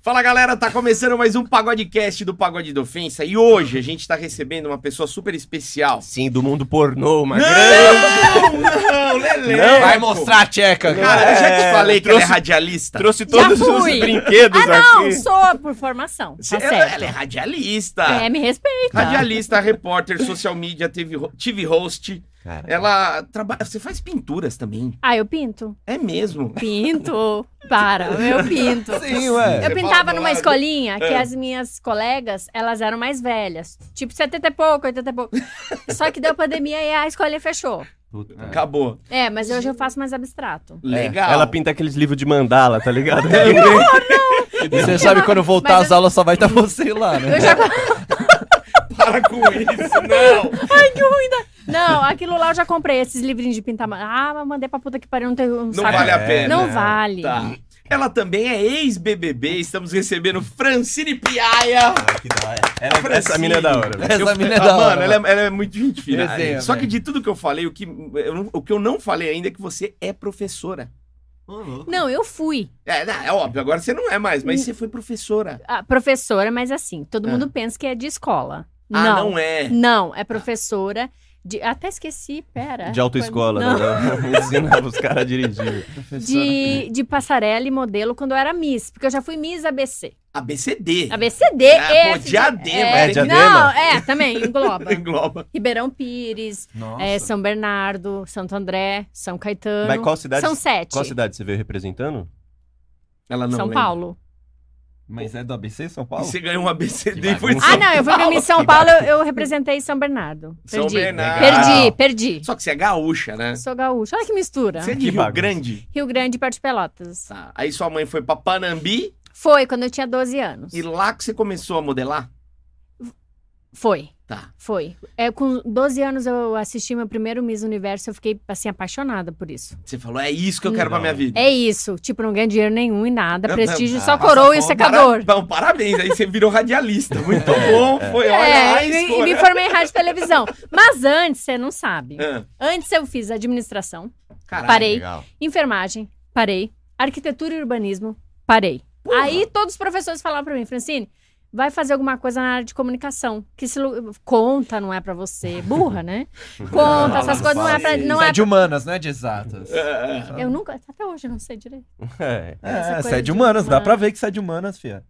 Fala galera, tá começando mais um Pagodecast do Pagode da Ofensa e hoje a gente tá recebendo uma pessoa super especial. Sim, do mundo pornô, uma Não, não, Lele! Não, vai mostrar a tcheca. Cara, eu já te falei que trouxe- ela é radialista. Trouxe Já todos os fui. brinquedos Ah, não, aqui. sou por formação. Tá ela, ela é certo. radialista. É, me respeita. Radialista, repórter, social media, TV, ho- TV host. Cara, Ela trabalha. Você faz pinturas também. Ah, eu pinto? É mesmo. Pinto. Para, eu pinto. Sim, ué. É, É. Você Eu pintava fala numa do lado. escolinha que É. as minhas colegas, elas eram mais velhas. Tipo 70 e pouco, 80 e pouco. Só que deu pandemia e a escolinha fechou. Acabou. É, mas hoje eu faço mais abstrato. Legal. É. Ela pinta aqueles livros de mandala, tá ligado? Não, E você sabe que quando voltar Mas às eu- aulas só vai tá estar você lá, né? É. Eu já... Para com isso, não. Não, aquilo lá eu já comprei, esses livrinhos de pintar. Ah, mas mandei pra puta que pariu, não tem um Não saco. vale a É, pena. Não vale. Tá. Ela também é ex-BBB. Estamos recebendo Francine Piaia. Ela, essa mina é da hora. velho. Essa mina é Ah, da hora. assim. né? Mano, ela é, ela é muito gente fina. Resenha, Só que velho. de tudo que eu falei, o que eu, não- o que eu não falei ainda é que você é professora. Não, eu fui É, não, é óbvio, agora você não é mais, mas você foi professora. a professora, mas assim, todo Ah. mundo pensa que é de escola. Ah, não, é. Não, é professora de. Até esqueci, pera. De autoescola, Não, né? Ela Ensinava os caras a dirigir. De, de passarela e modelo quando eu era Miss, porque eu já fui Miss ABC. ABCD. ABCD, Ah, F. pô, diadema, é, é diadema? Não, é, também, engloba. Engloba. Ribeirão Pires, Nossa. é, São Bernardo, Santo André, São Caetano. Mas qual cidade, São sete. qual cidade você veio representando? Ela não São lembra. Paulo. Mas é do ABC São E Paulo? você ganhou um ABCD Que e foi em ah, São não, eu fui pra Miss São Paulo, eu, eu representei São Bernardo. São Perdi. Bernardo. Perdi, perdi. Só que você é gaúcha, né? Sou gaúcha. Olha que mistura. Você é de Que Rio bagunça. Grande. Rio Grande, perto de Pelotas. Tá. Aí sua mãe foi pra Panambi Foi quando eu tinha 12 anos. e lá que você começou a modelar? Foi. Tá. Foi. É, com 12 anos eu assisti meu primeiro Miss Universo, eu fiquei assim apaixonada por isso. Você falou, é isso que eu quero pra minha vida. É isso, tipo, não ganha dinheiro nenhum e nada, Eu prestígio também. só Ah, coroa e passa- secador. Para- Não, parabéns, aí você virou radialista. Muito bom, foi, olha a É, e e escolha. me formei em rádio e televisão. Mas antes, você não sabe. Ah, Antes eu fiz administração, caralho. Parei. Legal. enfermagem, parei, arquitetura e urbanismo, parei. Aí todos os professores falavam pra mim, Francine, vai fazer alguma coisa na área de comunicação, que se conta não é pra você, burra, né? Conta, essas Fala, coisas não é pra, fala. não Você é é de humanas, não é de exatas. Ah, Eu nunca, até hoje eu não sei direito. É. Essa É, coisa você é de de humanas, dá humana. pra ver que você é de humanas, fia.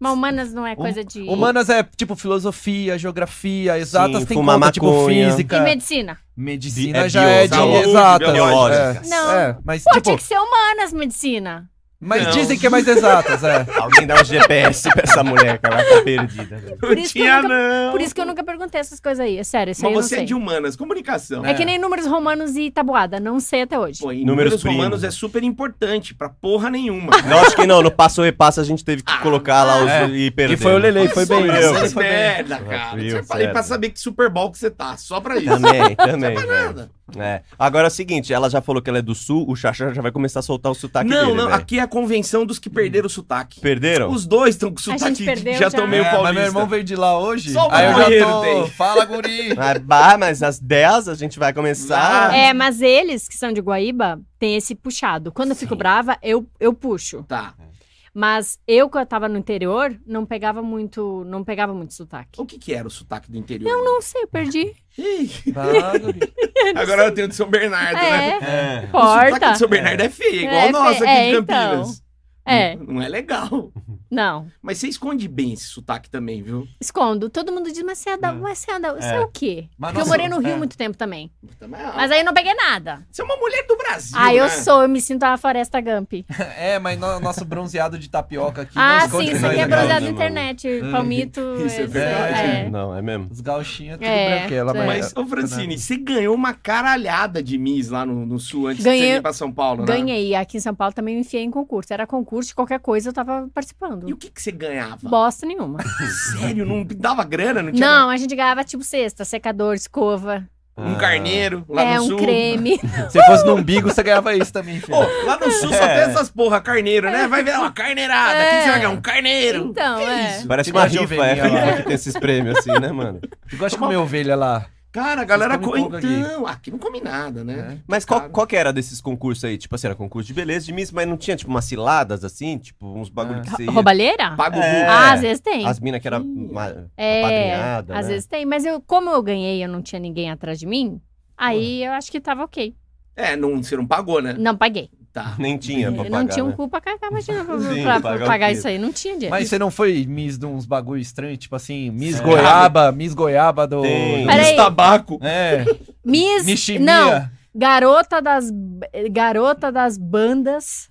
Mas humanas Hum, não é coisa de. Humanas é tipo filosofia, geografia, exatas Sim, tem fumar conta, tipo maconha. E física. medicina. Medicina Bi- já é de biológica, exatas. biológica. É. Não. É, mas Pô, tinha tipo, que ser humanas, medicina. mas Não. dizem que é mais exatas, é. Alguém dá um GPS pra essa mulher, que ela tá perdida. velho. Por isso que eu tinha, nunca- ah. não. Por isso que eu nunca perguntei essas coisas aí. É sério, isso Mas aí eu não você sei. é de humanas, comunicação. É que nem números romanos e tabuada. Não sei até hoje. Pô, e Números números romanos primos. é super importante pra porra nenhuma. Não, acho que não. No passo repasso a gente teve que colocar lá os É. e perder. E foi o Lele, foi Só bem. pra eu, ele essas foi bem. merda, cara. Foi Você eu, falei certo. pra saber que Super Bowl que você tá, só pra isso. Também, também. Não é velho. nada. É. Agora é o seguinte, ela já falou que ela é do sul, o Xaxá já vai começar a soltar o sotaque não, Tá dele, não, velho. aqui é a convenção dos que perderam o sotaque. Perderam? Os dois estão com sotaque, gente perdeu já já. estão meio É, paulista. mas meu irmão veio de lá hoje. Só o aí eu já maconheiro tô. tem. Fala, guri. Mas, Ah, bah, mas às 10 a gente vai começar. então. É, mas eles que são de Guaíba têm esse puxado. Quando eu fico brava, eu, eu puxo. Tá. Mas eu, quando eu tava no interior, não pegava muito, não pegava muito sotaque. O que que era o sotaque do interior? Não, não. Não sei, eu perdi. Fala, guri. Agora eu tenho de São Bernardo, né? É, É. O sotaque porta. de São Bernardo é feio, igual É, o nosso aqui é, de então. Campinas. É, Não, não é legal. não. Mas você esconde bem esse sotaque também, viu? Escondo. Todo mundo diz, mas você é da. Mas você é da. Você é, o quê? Mas Porque eu nossa, morei no Rio é. muito tempo também. Puta, Mas, Mas aí eu não peguei nada. Você é uma mulher do Brasil, Ah, eu né? sou, eu me sinto a Floresta Gump. É, mas no- nosso bronzeado de tapioca aqui. né, não ah, esconde sim, que isso aqui nós é legal, bronzeado né, na mano? internet. Palmito. Ah, Isso é esse- verdade. é. Não, é mesmo. Os gauchinhos, tudo É, branquela, é. mas... Mas, ô Francine, você ganhou uma caralhada de Miss lá no, no Sul antes de Ganhei- você vir pra São Paulo, né? Ganhei. Aqui em São Paulo também me enfiei em concurso. Era concurso de qualquer coisa, eu tava participando. E o que que você ganhava? Bosta nenhuma. Sério? Não dava grana? Não tinha Não, a gente ganhava tipo cesta, secador, escova, Ah. um carneiro lá é, no um Sul? creme. Se fosse no umbigo, você ganhava isso também, filho. Ô, lá no Sul só É. É, tem essas porra, carneiro, né? Vai ver uma carneirada. É. Quem que você vai ganhar? Um carneiro. Então, que é. isso? Parece Tipo uma a rifa, ovelhinha é. lá. que tem esses prêmios assim, né, mano? Tu gosta de comer ovelha lá? Cara, a galera. Vocês Co... comem pouco aqui. É. Então, aqui não come nada, né? Mas qual, Cara. qual que era desses concursos aí? Tipo assim, era concurso de beleza, de miss, mas não tinha, tipo, umas ciladas assim? Tipo, uns bagulho Ah. que você ia... Roubalheira? Paga o É. é. Ah, às vezes tem. As minas que era ma- É, apadrinhada, às né? vezes tem. Mas eu, como eu ganhei e eu não tinha ninguém atrás de mim, aí eu acho que tava ok. É, não, você não pagou, né? Não paguei. Tá. Nem tinha pra Eu pagar, não tinha um né? cu pra cagar, imagina, pra, Sim, pra- pra pagar o pagar quê? isso aí. Não tinha dinheiro. Mas você não foi Miss de uns bagulho estranho, tipo assim, Miss É. Goiaba, Miss Goiaba do. Tem. Peraí. Esse tabaco. É, Miss... Mishimia. Não, garota das... Garota das bandas,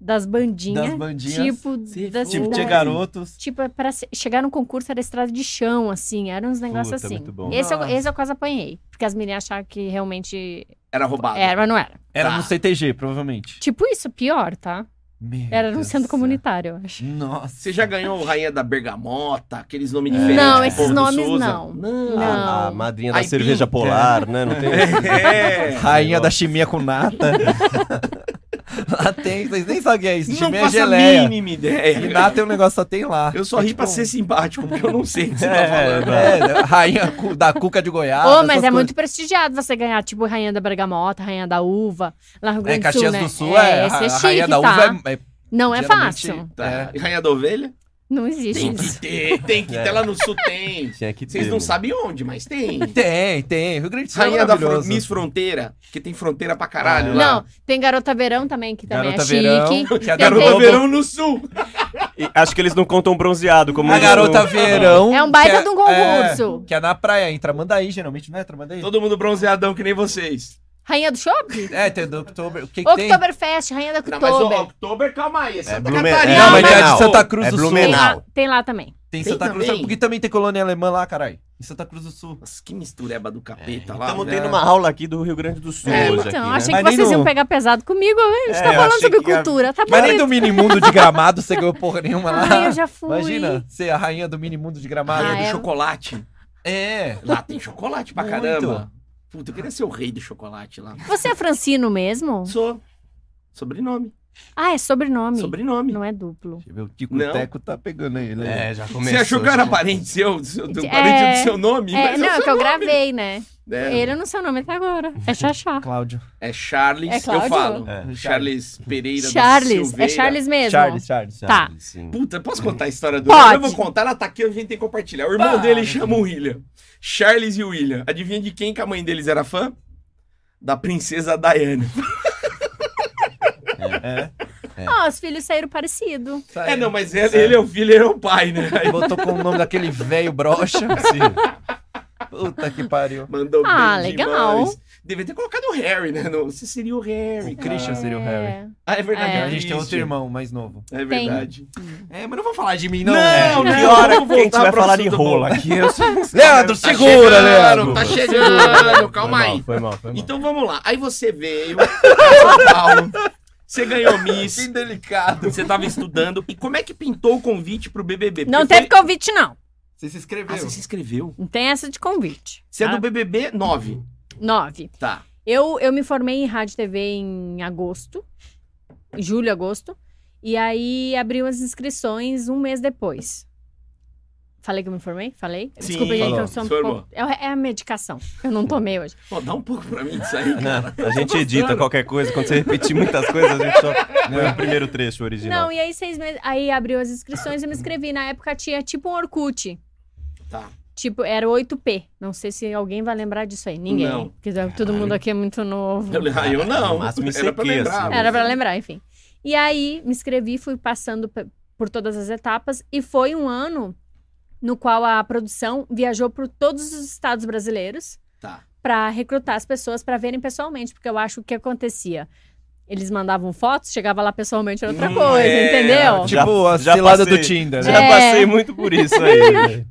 das bandinhas. Das bandinhas. Tipo, Se da for. Tipo, cidade. tinha garotos. Tipo, para chegar num concurso era estrada de chão, assim, eram uns negócios Puta, assim. muito bom. Esse, eu, Nossa. esse eu quase apanhei. Porque as meninas achavam que realmente Era Ah. roubado. era, mas não era. Era Tá. no CTG, provavelmente. Tipo isso, pior, tá? Meu Era num Deus centro do céu. comunitário, eu acho. Nossa. Você já ganhou o Rainha da Bergamota, aqueles nomes diferentes? Não, que o esses povo nomes usa? não. Não. Não. A, a madrinha da Aipim. cerveja polar, né? Não tem... É. Rainha Negócio. da chimia com nata. lá tem, vocês nem sabem o que é isso. Não Chimia é faço geleia. a mínima E ideia. nata é um negócio que só tem lá. Eu só ri pra tipo- ser simpático, porque eu não sei o que você tá falando. né? É, é, rainha cu- da cuca de Goiás. Ô, essas mas é Ah, coisas. muito prestigiado você ganhar, tipo, Rainha da Bergamota, Rainha da Uva, lá no Rio É, Grande do Sul, Caxias né? do Sul é. esse a- a chique, rainha da tá? uva é. é- Não é geralmente- fácil. Tá. É. E Rainha da Ovelha? Não existe Tem que isso. ter, tem que É. ter. Lá no sul tem. Tinha que ter, um. Vocês não mano. sabem onde, mas tem. Tem, tem. Rio Grande do Sul Rainha é da maravilhoso. Fron- Miss Fronteira, que tem fronteira pra caralho Ah, lá. É. Não, tem Garota Verão também, que também Garota é Verão. chique. que é a Tem- Garota Globo. Verão no sul. E acho que eles não contam bronzeado, como A no- garota verão. É um baita que de um concurso. é, que é na praia, em Tramandaí, geralmente, não é? Tramandaí? Todo mundo bronzeadão que nem vocês. Rainha do Shopping? É, tem do October. O que, que tem? Oktoberfest, Rainha da Não, mas o Oktober. Oktober, calma aí. É Santa Blumen- Catarina. Não, mas né? tem a Blumenau. de Santa Cruz É do Sul. Tem Blumenau. lá, tem lá também. Tem Tem Santa Cruz do também? Sul. Porque também tem colônia alemã lá, caralho. Em Santa Cruz do Sul. Nossa, que mistureba do capeta lá. Estamos né? tendo uma aula aqui do Rio Grande do Sul É, hoje Então, aqui, achei né? Mas que nem vocês iam no- pegar pesado comigo. A gente É, tá eu falando achei sobre que ia- cultura, tá Mas nem bonito. do mini mundo de gramado você ganhou porra nenhuma lá. Ai, eu já fui. Imagina, ser a rainha do mini mundo de gramado. Ah, Rainha do é? chocolate. É. Lá tem chocolate pra Muito. caramba. Puta, eu queria ser o rei do chocolate lá. Você é Francino mesmo? Sou. Sobrenome. Ah, é sobrenome. Sobrenome. Não é duplo. Deixa eu ver, o Tico Não. Teco tá pegando ele. né? É, já Você achou que eu era parente seu? seu- do É. parente do seu nome? É, Mas eu não, é sou- que eu gravei, né? É, Ele não sei o nome até agora. É Chachá. Cláudio. é Charles É que eu Cláudio? falo. É. Charles Pereira da Charles. É Silveira. Charles mesmo. Charles, Charles. Tá. Puta, posso contar a história do Pode. Eu vou contar, ela tá aqui, a gente tem que compartilhar. O irmão Para. dele chama o William. Charles e o William. Adivinha de quem que a mãe deles era fã? Da princesa Diana. Ó, os filhos saíram parecido. Tá É, É, aí. não, mas ele, ele é o filho, ele é o pai, né? Aí Botou com o nome daquele velho brocha. Sim. Puta que pariu. mandou Ah, bem legal. demais. Devia ter colocado o Harry, né? No, você seria o Harry. O Christian seria o Harry. É. Ah, é verdade. É. é o A gente tem outro Christian. irmão mais novo. É verdade. É, mas não vou falar de mim, não. é Não, É, Que não, hora vamos que a gente voltar vai pro falar de assunto rola né, bom. aqui? Eu sou- Leandro, Tá segura, chegando, Leandro. Tá chegando, calma Foi mal, aí. Foi mal, foi mal. Então vamos lá. Aí você veio pra São Paulo. Você ganhou Que Miss, delicado. você tava estudando. E como é que pintou o convite pro BBB? Não Porque teve convite, não. Você se foi- inscreveu. Ah, você se inscreveu. Não tem essa de convite. Você é tá? do BBB 9. Nove. Tá. Eu, eu me formei em rádio e TV em agosto, julho, agosto, e aí abriu as inscrições um mês depois. Falei que eu me formei? Falei? Sim, Desculpa, gente, falou. eu sou um Se formou. pouco... É é a medicação, eu não tomei hoje. Pô, dá um pouco pra mim disso aí. Não, Né? a gente edita qualquer coisa, quando você repetir muitas coisas, a gente só põe o primeiro trecho original. Não, e aí seis meses... Aí abriu as inscrições, eu me inscrevi. Na época tinha tipo um Orkut, Tá. tipo, era 8P. Não sei se alguém vai lembrar disso aí, ninguém. Não. Porque todo mundo aqui é muito novo. Eu, le- ah, eu não. No máximo isso Era pra aqui, lembrar. assim. Era pra lembrar, enfim. E aí me inscrevi, fui passando pe- por todas as etapas e foi um ano no qual a produção viajou por todos os estados brasileiros Tá. pra recrutar as pessoas pra verem pessoalmente, porque eu acho que o que acontecia. Eles mandavam fotos, chegava lá pessoalmente era outra Hum, coisa, é, entendeu? Já- Tipo a já cilada passei. do Tinder, né? Já É. passei muito por isso É, aí. né?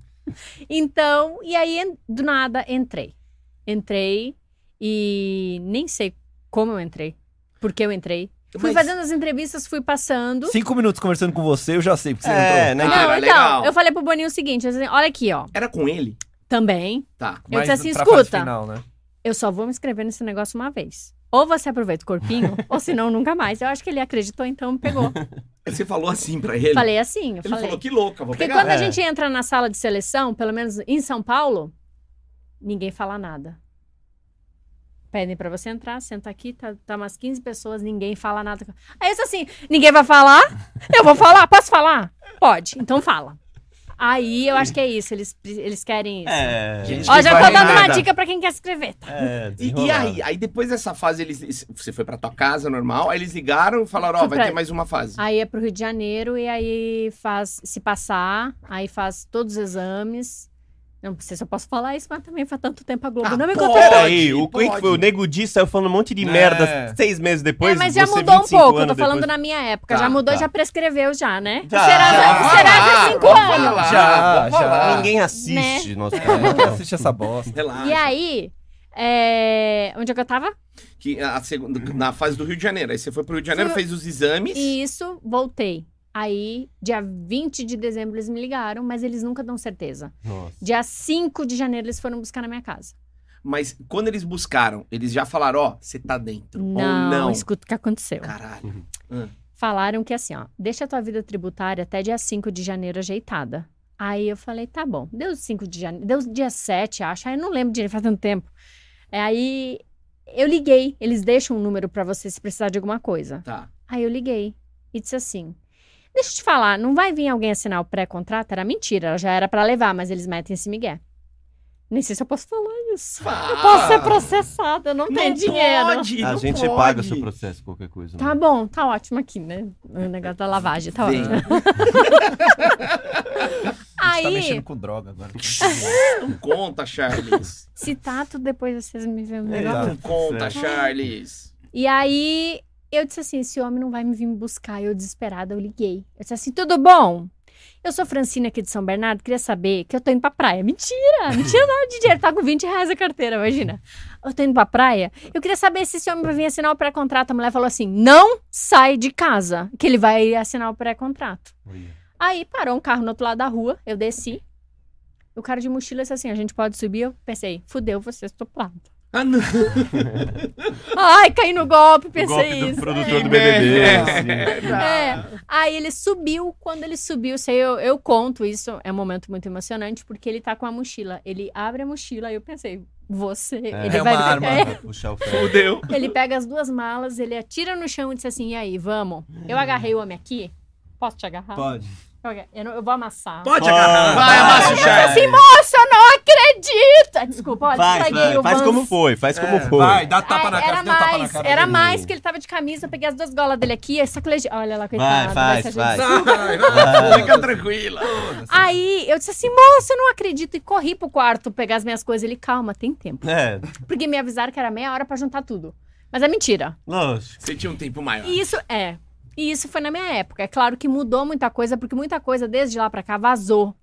Então, e aí en- do nada entrei. Entrei e nem sei como eu entrei, por que eu entrei. Fui Mas- fazendo as entrevistas, fui passando. Cinco minutos conversando com você, eu já sei porque você entrou. né? Não, Ah, então, era legal. eu falei pro Boninho o seguinte, eu disse, olha aqui, ó, Era com ele? também, Tá. Eu disse assim, pra fase escuta. Final, né? eu só vou me inscrever nesse negócio uma vez. Ou você aproveita o corpinho, ou senão nunca mais. Eu acho que ele acreditou, então me pegou. Você falou assim pra ele? falei assim, eu Ele falei. falou, que louca, vou Porque pegar. quando a É. gente entra na sala de seleção, pelo menos em São Paulo, Ninguém fala nada. Pedem pra você entrar, senta aqui, tá, tá umas 15 pessoas, ninguém fala nada. Aí isso assim, ninguém vai falar? Eu vou falar, posso falar? Pode, então fala. Aí eu acho que é isso, eles, eles querem isso. É. Gente, Ó, já vai tô dando uma nada. dica pra quem quer escrever, tá? É, E, e desenrolado. aí? Aí depois dessa fase, eles, eles- você foi pra tua casa normal, aí eles ligaram e falaram, ó, Fui vai pra- ter mais uma fase. Aí é pro Rio de Janeiro e aí faz se passar, aí faz todos os exames. Não sei se eu posso falar isso, mas também faz tanto tempo a Globo. Ah, não me pô, contou. Pera aí, Pode, o Queen pode. foi o Nego Di saiu falando um monte de É. merda seis meses depois. É, mas já você mudou um 25 pouco, eu tô anos falando depois. na minha época. Tá, já mudou, tá. já prescreveu, já, né? Já, será já. será Ah, cinco vamos anos. falar, Já, vamos já. falar. Ninguém assiste Né? nosso É, quem canal. assiste essa bosta. Relaxa. E aí, é, onde é que eu tava? Que a segunda, na fase do Rio de Janeiro. Aí você foi pro Rio de Janeiro, Sim. fez os exames. E isso, voltei. Aí, dia 20 de dezembro, eles me ligaram, mas eles nunca dão certeza. Nossa. Dia 5 de janeiro, eles foram buscar na minha casa. Mas quando eles buscaram, eles já falaram, ó, você tá dentro. Não, ou não. escuta o que aconteceu. Uhum. Caralho. Falaram que assim, ó, deixa a tua vida tributária até dia 5 de janeiro ajeitada. Aí eu falei, tá bom. Deu 5 de janeiro, deu dia 7, acho. Aí eu não lembro direito, faz tanto tempo. É, Aí eu liguei, eles deixam um número pra você se precisar de alguma coisa. Tá. Aí eu liguei e disse assim: Deixa eu te falar, não vai vir alguém assinar o pré-contrato? Era mentira, ela já era pra levar, mas eles metem esse migué. Nem sei se eu posso falar isso. Eu posso ser processada, eu não, tenho dinheiro. Ah! Pode, A não gente pode. paga o seu processo, qualquer coisa. né? Tá bom, tá ótimo aqui, né? O negócio da lavagem, tá Vem. ótimo. A gente tá Aí, mexendo com droga agora. Não conta, Charles. se tá tudo depois vocês me veem o Exato. negócio. Não conta, certo. Charles. E aí, eu disse assim: esse homem não vai me vir me buscar. Eu, desesperada, eu liguei. Eu disse assim: tudo bom? Eu sou Francina aqui de São Bernardo, queria saber que eu tô indo pra praia. Mentira! Mentira nada de dinheiro, tá com 20 reais a carteira, imagina. Eu tô indo pra praia. Eu queria saber se esse homem vai vir assinar o pré-contrato. A mulher falou assim: não sai de casa, que ele vai assinar o pré-contrato. Aí parou um carro no outro lado da rua, eu desci. O cara de mochila disse assim: a gente pode subir? Eu pensei, fudeu, você é estuprado. Ah, não. Ai, caí no golpe, O golpe pensei do isso. produtor do É. BBB. assim. É. Tá. Aí ele subiu, quando ele subiu, isso aí eu, eu conto isso, é um momento muito emocionante, porque ele tá com a mochila. Ele abre a mochila e eu pensei, você. É. ele é vai. uma arma É. pra puxar o ferro. Fudeu. Ele pega as duas malas, ele atira no chão e diz assim: e aí, vamos? Eu agarrei o homem aqui. Posso te agarrar? Pode. Eu, aga- eu não- eu vou amassar. Pode Ah, agarrar. Vai, amassa o Charles. Assim, moça, eu não acredita! Desculpa, olha, Faz, estraguei vai, o faz Vans. como foi, faz como É, foi. É, Vai, dá tapa Ai, na cara. era deu um tapa na mais, cara. era dele. mais que ele tava de camisa, eu peguei as duas golas dele aqui, aí sacolejei. Olha lá, coitado. faz, vai se vai. ajeitar. Vai, Vai. vai. Fica tranquila. Aí eu disse assim, moça, eu não acredito. E corri pro quarto pegar as minhas coisas. Ele, calma, tem tempo. É, Porque me avisaram que era meia hora pra juntar tudo. Mas é mentira. lógico. Você tinha um tempo maior. E isso é. E isso foi na minha época. É claro que mudou muita coisa, porque muita coisa desde lá pra cá vazou.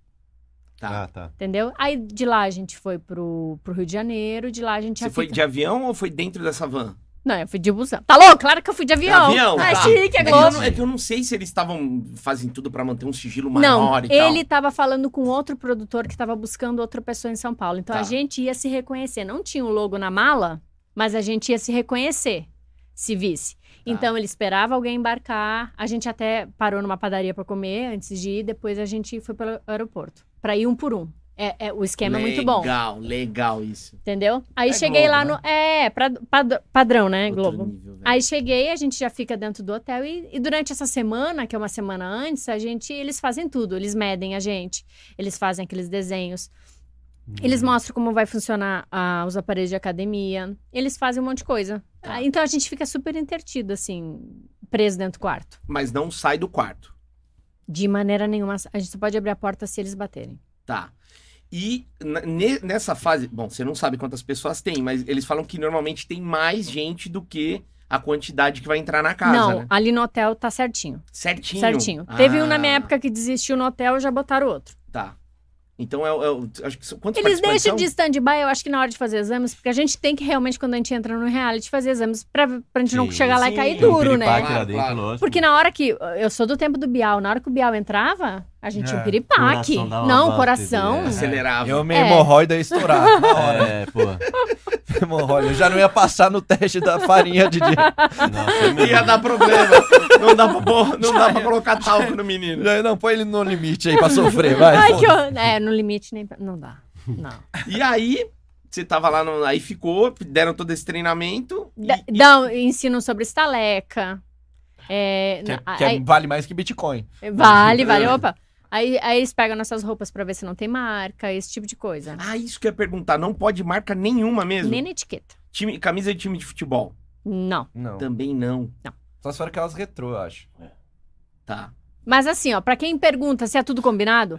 Tá. Ah, tá. Entendeu? Aí de lá a gente foi pro, pro Rio de Janeiro, de lá a gente já Você foi fica- de avião ou foi dentro dessa van? Não, eu fui de busão. Tá louco? Claro que eu fui de avião. avião, Ah, tá. chique, é É que, eu Globo. não, é que eu não sei se eles estavam fazem tudo pra manter um sigilo Não, maior e tal. ele tava falando com outro produtor que tava buscando outra pessoa em São Paulo. Então Tá. a gente ia se reconhecer. Não tinha o logo na mala, mas a gente ia se reconhecer se visse. Tá. Então ele esperava alguém embarcar. A gente até parou numa padaria pra comer antes de ir. Depois a gente foi pelo aeroporto pra ir um por um. É, é- o esquema é muito bom, Legal, legal isso. entendeu? Aí É cheguei Globo, lá né? no é pra- pad- padrão, né, Outro Globo? nível, velho. Aí cheguei, a gente já fica dentro do hotel e, e durante essa semana, que é uma semana antes, a gente eles fazem tudo, eles medem a gente, eles fazem aqueles desenhos, eles Uhum. mostram como vai funcionar ah, os aparelhos de academia, eles fazem um monte de coisa. Tá. Ah, Então a gente fica super intertido assim, preso dentro do quarto. Mas não sai do quarto. De maneira nenhuma, a gente só pode abrir a porta se eles baterem. Tá. E n- ne- nessa fase, bom, você não sabe quantas pessoas tem, mas eles falam que normalmente tem mais gente do que a quantidade que vai entrar na casa, Não, né? ali no hotel tá certinho. Certinho. Certinho. Ah, Teve um na minha época que desistiu no hotel e já botaram outro. Tá. Então é, o- é o- acho que são, quantos Eles participantes deixam são? de stand-by, eu acho que na hora de fazer exames, porque a gente tem que realmente, quando a gente entra no reality, fazer exames pra, pra gente não Sim, chegar lá sim. e cair É Tem um duro, piripaque né? Claro, lá dentro, claro. lógico. Porque na hora que. Eu sou do tempo do Bial, na hora que o Bial entrava, a gente tinha um É. piripaque. Coração dava Não, uma coração. batida, Acelerava. Eu, minha É. hemorroida ia estourar na hora. É, pô. Hemorroida. Eu já não ia passar no teste da farinha de dia. Nossa, é Ia mesmo. dar problema. não dá pra, pôr- não dá pra colocar talco no menino. Não, não, põe ele no limite aí pra sofrer, vai. Ai, que horror. É, no limite nem. Não dá. Não. E aí, Você tava lá, no- aí ficou, deram todo esse treinamento. e- Da- e- Dão, ensinam um sobre estaleca. É, Que, na- que aí- vale mais que Bitcoin. Vale, vale. É. Opa. Aí, aí eles pegam nossas roupas pra ver se não tem marca, esse tipo de coisa. Ah, isso que eu ia perguntar. Não pode marca nenhuma mesmo? Nem na etiqueta. Time, camisa de time de futebol? Não. Não. Também não. Só se for aquelas retrô, eu acho. Tá. Mas assim, ó, pra quem pergunta se é tudo combinado,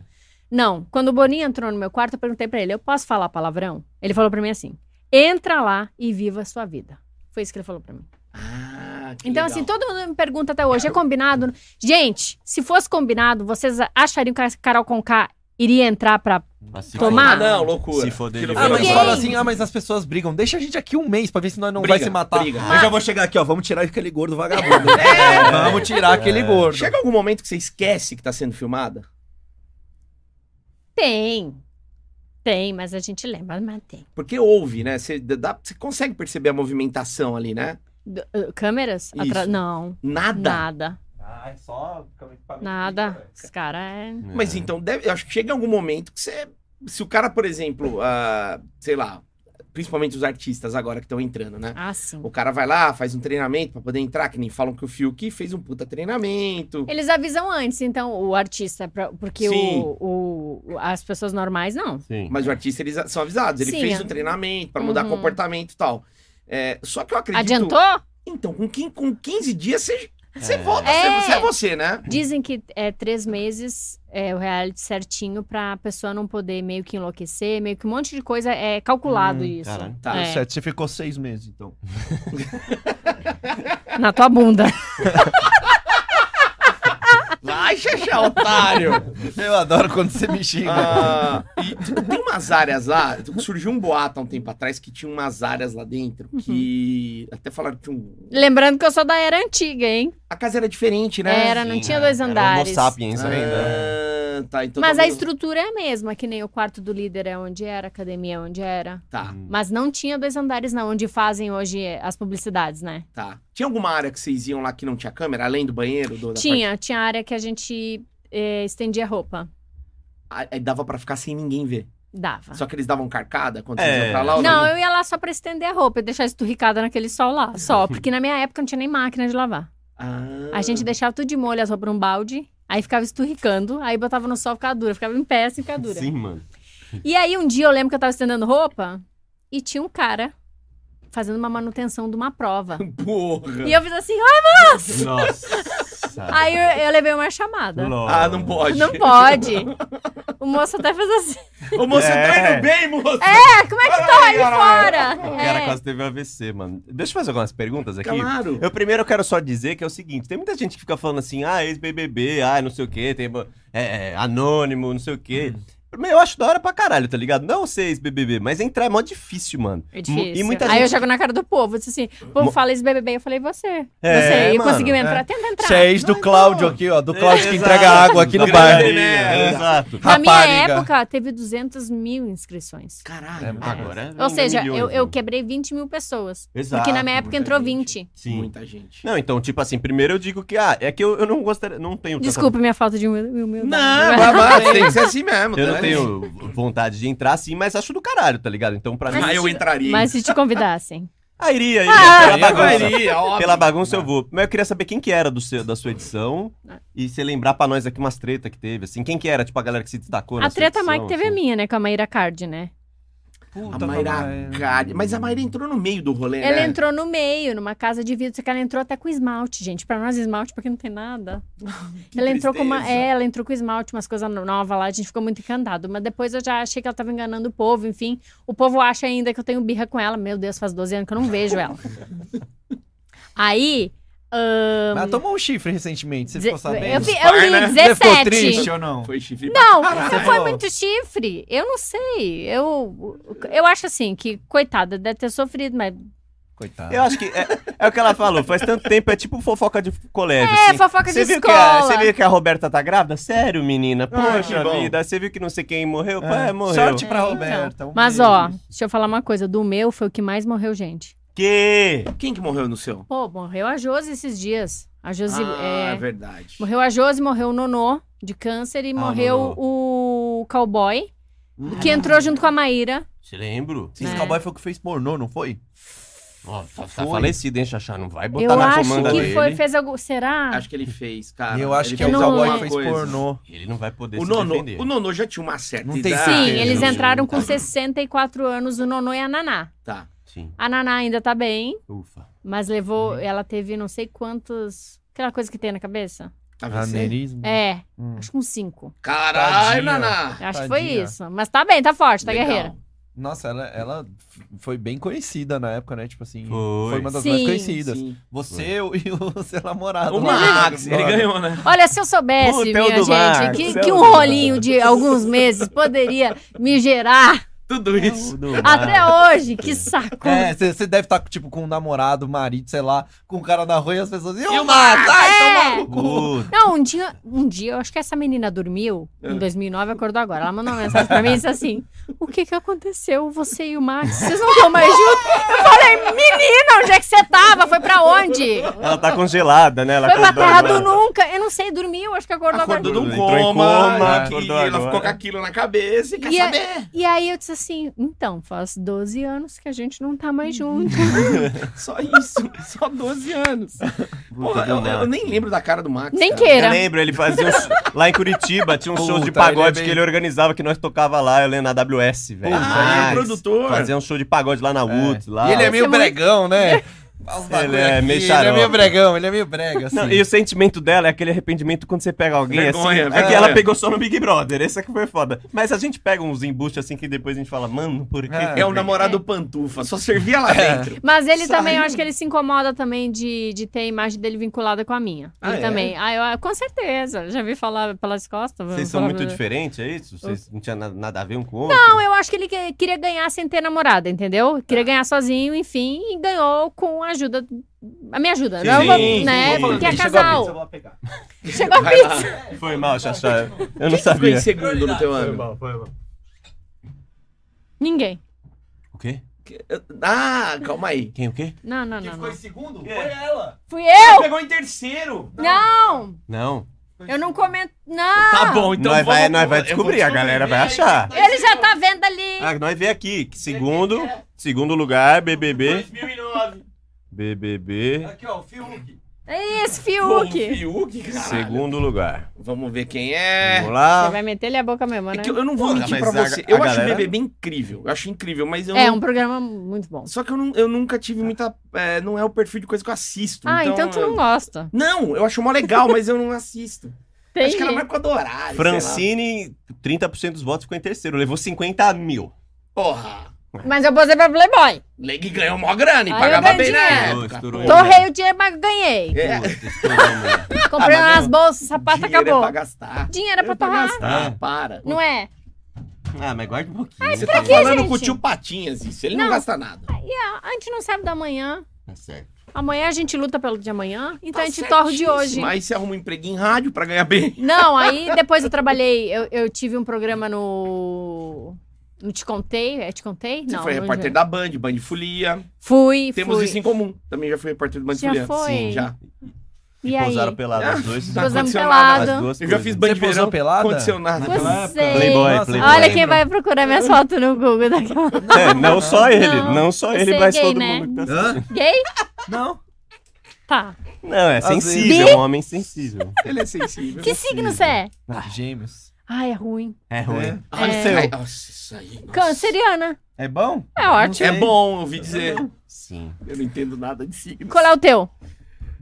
não. Quando o Boninho entrou no meu quarto, eu perguntei pra ele: eu posso falar palavrão? Ele falou pra mim assim: entra lá e viva a sua vida. Foi isso que ele falou pra mim. Ah, que Então, legal. assim, todo mundo me pergunta até hoje: é combinado? Gente, se fosse combinado, vocês achariam que a Carol Conká iria entrar pra. Assim, Tomar? Ah, não, loucura. Se foder Aquilo de Ah, foi mas Ninguém. fala assim, ah, mas as pessoas brigam. Deixa a gente aqui um mês pra ver se nós não vai Briga, se matar. briga. Eu já vou chegar aqui, ó. Vamos tirar aquele gordo vagabundo. É, vamos tirar aquele gordo. Chega algum momento que você esquece que tá sendo filmada? Tem. Tem, mas a gente lembra, mas tem. Porque ouve, né? Você, dá, você consegue perceber a movimentação ali, né? D- uh, câmeras? Isso. Atra- Não. Nada. Nada. Ah, é só... Nada. Os caras é. Mas então, deve, eu acho que chega algum momento que você. Se o cara, por exemplo, ah, sei lá, principalmente os artistas agora que estão entrando, né? Ah, sim. O cara vai lá, faz um treinamento pra poder entrar, que nem falam que o Fiuk fez um puta treinamento. Eles avisam antes, então, o artista, pra- porque Sim. o, o- o- as pessoas normais não. Sim. Mas o artista, eles são avisados. Ele Sim, fez é. um treinamento pra mudar Uhum. comportamento e tal. É, só que eu acredito... Adiantou? Então, com, quin- com 15 dias, você, você É. volta. É. Você, você é você, né? Dizem que é três meses é, o reality certinho pra pessoa não poder meio que enlouquecer, meio que um monte de coisa. É calculado Hum, isso. caralho. Tá. É, Certo, você ficou seis meses, então. É, na tua bunda. Vai, Xaxá, otário! Eu adoro quando você me xinga. Ah, e t- tem umas áreas lá, surgiu um boato há um tempo atrás que tinha umas áreas lá dentro Uhum. que até falaram que tinha um... Lembrando que eu sou da era antiga, hein? a casa era diferente, né? Era, não tinha dois andares. é. um Homo sapiens ainda. Ah, tá, então né? Mas a talvez- estrutura é a mesma, que nem o quarto do líder é onde era, a academia é onde era. Tá, Mas não tinha dois andares, não, onde fazem hoje as publicidades, né? tá. Tinha alguma área que vocês iam lá que não tinha câmera, além do banheiro? do- da tinha, tinha área que a gente eh, estendia roupa. parte- Ah, Aí dava pra ficar sem ninguém ver. Dava. Só que eles davam carcada quando É. vocês iam pra lá? ou Ah. Não, eu ia lá só pra estender a roupa e deixar esturricada naquele sol lá, só. Porque na minha época não tinha nem máquina de lavar. Ah. A gente deixava tudo de molho, as roupas num balde, aí ficava esturricando, aí botava no sol, ficava dura, ficava em pé, assim, ficava dura. Sim, mano. E aí um dia eu lembro que eu tava estendendo roupa e tinha um cara fazendo uma manutenção de uma prova. Porra! E eu fiz assim, ai, moço! Nossa. Aí eu, eu levei uma chamada. Lol. Ah, não pode. Não pode. O moço até fez assim. Ô, moço, tá É. indo bem, moço! É, como é que tá aí Fora! O cara É. quase teve um AVC, mano. Deixa eu fazer algumas perguntas aqui. Claro! Eu primeiro quero só dizer que é o seguinte: tem muita gente que fica falando assim, ah, ex-BBB, ah, não sei o quê, tem é, é, anônimo, não sei o quê. Uhum. Meu, Eu acho da hora pra caralho, tá ligado? Não ser ex-BBB, mas entrar é mó difícil, mano. É difícil. E muita Aí eu gente. jogo na cara do povo. Disse assim, o povo Mo- fala esse BBB. Eu falei, você. É, você. E mano, conseguiu entrar. Tenta entrar. Você é ex do Não, Cláudio não. aqui, ó. Do Cláudio que Exato. entrega água aqui no É Da bar. grande né? merda. Exato. Na minha rapariga. época, teve 200 mil inscrições. Caralho! É, Agora. Ou seja, milhões, eu, eu né? quebrei 20 mil pessoas. Exato, porque na minha época muita entrou gente. 20. Sim. Muita gente. Não, então, tipo assim, primeiro eu digo que, ah, é que eu, eu não gostaria, não tá tenho... tanta- Desculpa minha falta de humil- humildade. é Não, vai, vai, tem que ser assim mesmo. Eu É. não né? tenho vontade de entrar assim, mas acho do caralho, tá ligado? Então, pra mim... Ah, eu entraria. Mas se te convidassem. Ah, iria, iria, Ah, pela bagunça. óbvio. Pela bagunça eu vou. Mas eu queria saber quem que era do seu, da sua edição É. e você lembrar pra nós aqui umas treta que teve, assim. Quem que era, tipo, a galera que se destacou na a sua treta edição, mais que teve é assim. minha, né? Com a Maíra Card, né? A Mayra Card. Mas a Mayra entrou no meio do rolê, Ela né? entrou no meio, numa casa de vidro, só que ela entrou até com esmalte, gente. Pra nós, esmalte, porque não tem nada. Que ela, entrou com uma, tristeza. é, ela entrou com esmalte, umas coisas no- novas lá, a gente ficou muito encantado. Mas depois eu já achei que ela tava enganando o povo, enfim. O povo acha ainda que eu tenho birra com ela. Meu Deus, faz 12 anos que eu não vejo ela. Aí. ahn, Mas tomou um chifre recentemente, você de- ficou sabendo? eu, fi- Par, eu li né? Você ficou 17. é triste ou não? Foi chifre. Não, Caralho. você foi muito chifre. Eu não sei. Eu, eu acho assim que, coitada, deve ter sofrido, mas. Coitado. Eu acho que é, é o que ela falou, faz tanto tempo, é tipo fofoca de colégio, É, assim. fofoca de Você viu, que a, escola. você viu que a Roberta tá grávida? Sério, menina? Poxa que bom. vida, você viu que não sei quem morreu? É. Pô, morreu. Sorte pra É, Roberta. um Mas, beijo. ó, deixa eu falar uma coisa. Do meu foi o que mais morreu gente. Que? Quem que morreu no seu? Pô, morreu a Josi esses dias. A Josi. ah, é, é verdade. Morreu a Josi, morreu o Nonô de câncer e morreu Nonô. o cowboy. que entrou junto com a Maíra. Te lembro. Esse É. cowboy foi o que fez pornô, não foi? Ó, tá, tá Foi. falecido, hein, Xaxá? Não vai botar eu na acho comanda que dele. foi, fez algum. Será? Acho que ele fez, cara. eu Ah, acho Ele que é o fez não- cowboy alguma que fez coisa. pornô. Ele não vai poder O se Nonô, defender. o Nonô já tinha uma certeza. Não tem Sim, certeza, eles não. entraram com Tá. 64 anos, o Nonô e a Naná. Tá. Sim, A Naná ainda tá bem, ufa. mas levou. Ela teve não sei quantos. Aquela coisa que tem na cabeça? Tá AVC. Aneurisma. É, Ah, Hum. acho que uns cinco. Caralho, Tadinha. Naná. Acho que foi Tadinha. isso. Mas tá bem, tá forte, tá Legal. guerreira. Nossa, ela, ela f- foi bem conhecida na época, né? Tipo assim, Foi. uma das Sim, mais conhecidas. Sim. Você eu e o seu namorado. né? O lá. Max, ele Mano. ganhou, né? Olha, se eu soubesse, Puta, é o minha do gente, Marcos, que, é o que um do rolinho de alguns meses poderia me gerar Tudo isso. até Ah. hoje, que saco. É, você deve estar, tipo, com um namorado, marido, sei lá, com um cara na rua e as pessoas. E E o o Max? Ah, então Ai, É. toma no cu. Não, um dia, um dia, eu acho que essa menina dormiu É. em Ah. 2009 acordou agora. Ela mandou uma mensagem pra mim e disse assim: O que que aconteceu? Você e o Max, vocês não estão mais juntos? Eu falei: Menina, onde é que você tava? Foi pra onde? Ela tá congelada, né? Ela Foi pra acordou terra agora. do nunca. Eu não sei, dormiu, acho que acordou, Acordou agora. de um Entrou em coma, coma, né? que acordou ela agora. ficou com aquilo na cabeça e quer E é- a- saber. E aí eu disse assim: Então, faz 12 anos que a gente não tá mais Hum. junto. Só isso, só 12 anos. Porra, um eu, eu nem lembro da cara do Max. Nem cara. Eu queira. lembro, ele fazia uns- lá em Curitiba, tinha um show de Puta, ele é pagode bem- que ele organizava, que nós tocava lá, eu lembro, na AWS, velho. Puta, Ah, ele é Max. produtor. Fazia um show de pagode lá na Woods, É. lá. E ele é meio Você é bregão, né? Faz uns Ele bagulho é meio Ele é meio xarope. bregão, ele é meio brega, assim. Não, e o sentimento dela é aquele arrependimento quando você pega alguém Vergonha, assim. É que vergonha. ela pegou só no Big Brother, essa que foi foda. Mas a gente pega uns embustes assim que depois a gente fala, mano, por que? É. É o namorado pantufa, só servia lá É. dentro. Mas ele Saiu. também, eu acho que ele se incomoda também de, de ter a imagem dele vinculada com a minha. Ah, ele é? também. Ah, eu, com certeza. Já vi falar pelas costas. Vocês são falar- muito diferentes, é isso? Vocês não tinham na- nada a ver um com o outro? Não, eu acho que ele que- queria ganhar sem ter namorada, entendeu? Queria ganhar sozinho, enfim, e ganhou com a ajuda. A minha ajuda. Sim, não, vou- sim, né? sim. Porque é Ele chegou a casal. vou pegar. Chegou a Vai pizza. lá. Foi mal, Xaxá. Eu não Ficou em sabia. segundo no teu ano. foi mal. Ninguém. O quê? Ah, calma aí. Quem o quê? Não, não, não. não. segundo? Foi ela. Fui eu! Pegou em terceiro. Não! Não. Eu não comento. Não! Tá bom, então nós, vai, vamos- nós vai eu vou descobrir, a galera vai achar. Ele já tá vendo ali. Ah, nós vê aqui, que segundo, É. segundo lugar, BBB, 2009. BBB, Aqui, ó, o Fiuk. É Esse Pô, o Fiuk. Fiuk, caralho. segundo lugar. Vamos ver quem é. Vamos Você lá. vai meter ele a boca mesmo, É né? que eu eu não vou Porra, mentir mas pra a- você. a Eu acho o galera- BBB incrível. Eu acho incrível, mas eu É não- um programa muito bom. Só que eu não, eu nunca tive muita... é, não é o perfil de coisa que eu assisto. Ah, então, tu não eu- gosta. Não, eu acho mó legal, mas eu não assisto. Tem. Acho que ela vai com a Dorário, sei lá. Francine, 30% dos votos ficou em terceiro, levou 50 mil. Porra. Mas eu postei pra Playboy. Leg ganhou mó grana e Aí eu pagava bem ganhei na dinheiro. época. Estourou, Porra. Torrei o dinheiro, mas ganhei. É. Puta, estourou, mano. Comprei Ah, mas umas mesmo? bolsas, sapato Dinheiro acabou. É pra gastar. Dinheiro é pra Dinheiro é torrar. gastar, Ah. para. Não é? Ah, mas guarda um pouquinho. Você tá que, falando gente? com o tio Patinhas isso, ele não, Não. gasta nada. Ah, A gente não sabe da manhã. Tá certo. Amanhã a gente luta pelo de amanhã, então Tá a gente torra o de certíssimo. hoje. Mas você arruma um emprego em rádio pra ganhar bem. Não, aí depois eu trabalhei, eu, eu tive um programa no. No Te Contei? É Te Contei? Você não. foi não repórter já. da Band, Band Folia. Fui, Temos fui. isso em comum. Também já fui repórter do Band Já Folia. foi? Sim, já. E e aí? Tá pousaram pelado os dois. Não Posamos aconteceu pelado. As duas Eu já coisas. fiz Band Você posou Verão, pelada? aconteceu nada. Naquela época. Você. Playboy, Nossa, Playboy. Olha lembro. quem vai procurar minhas fotos no Google daquela. É, não só ele, Não. não, só Você ele, é mas gay, todo né? mundo que tá assistindo. Hã? Gay? Não. Tá. Não, é Às vezes. sensível, é um homem sensível. Ele é sensível. Que signo você é? Ah, Gêmeos. Ai, é ruim. É ruim. Ah, É. seu. Ai, nossa, isso aí. nossa. Canceriana. É bom? É ótimo. É bom, eu ouvi dizer. Sim. Eu não entendo nada de signo. Qual é o teu?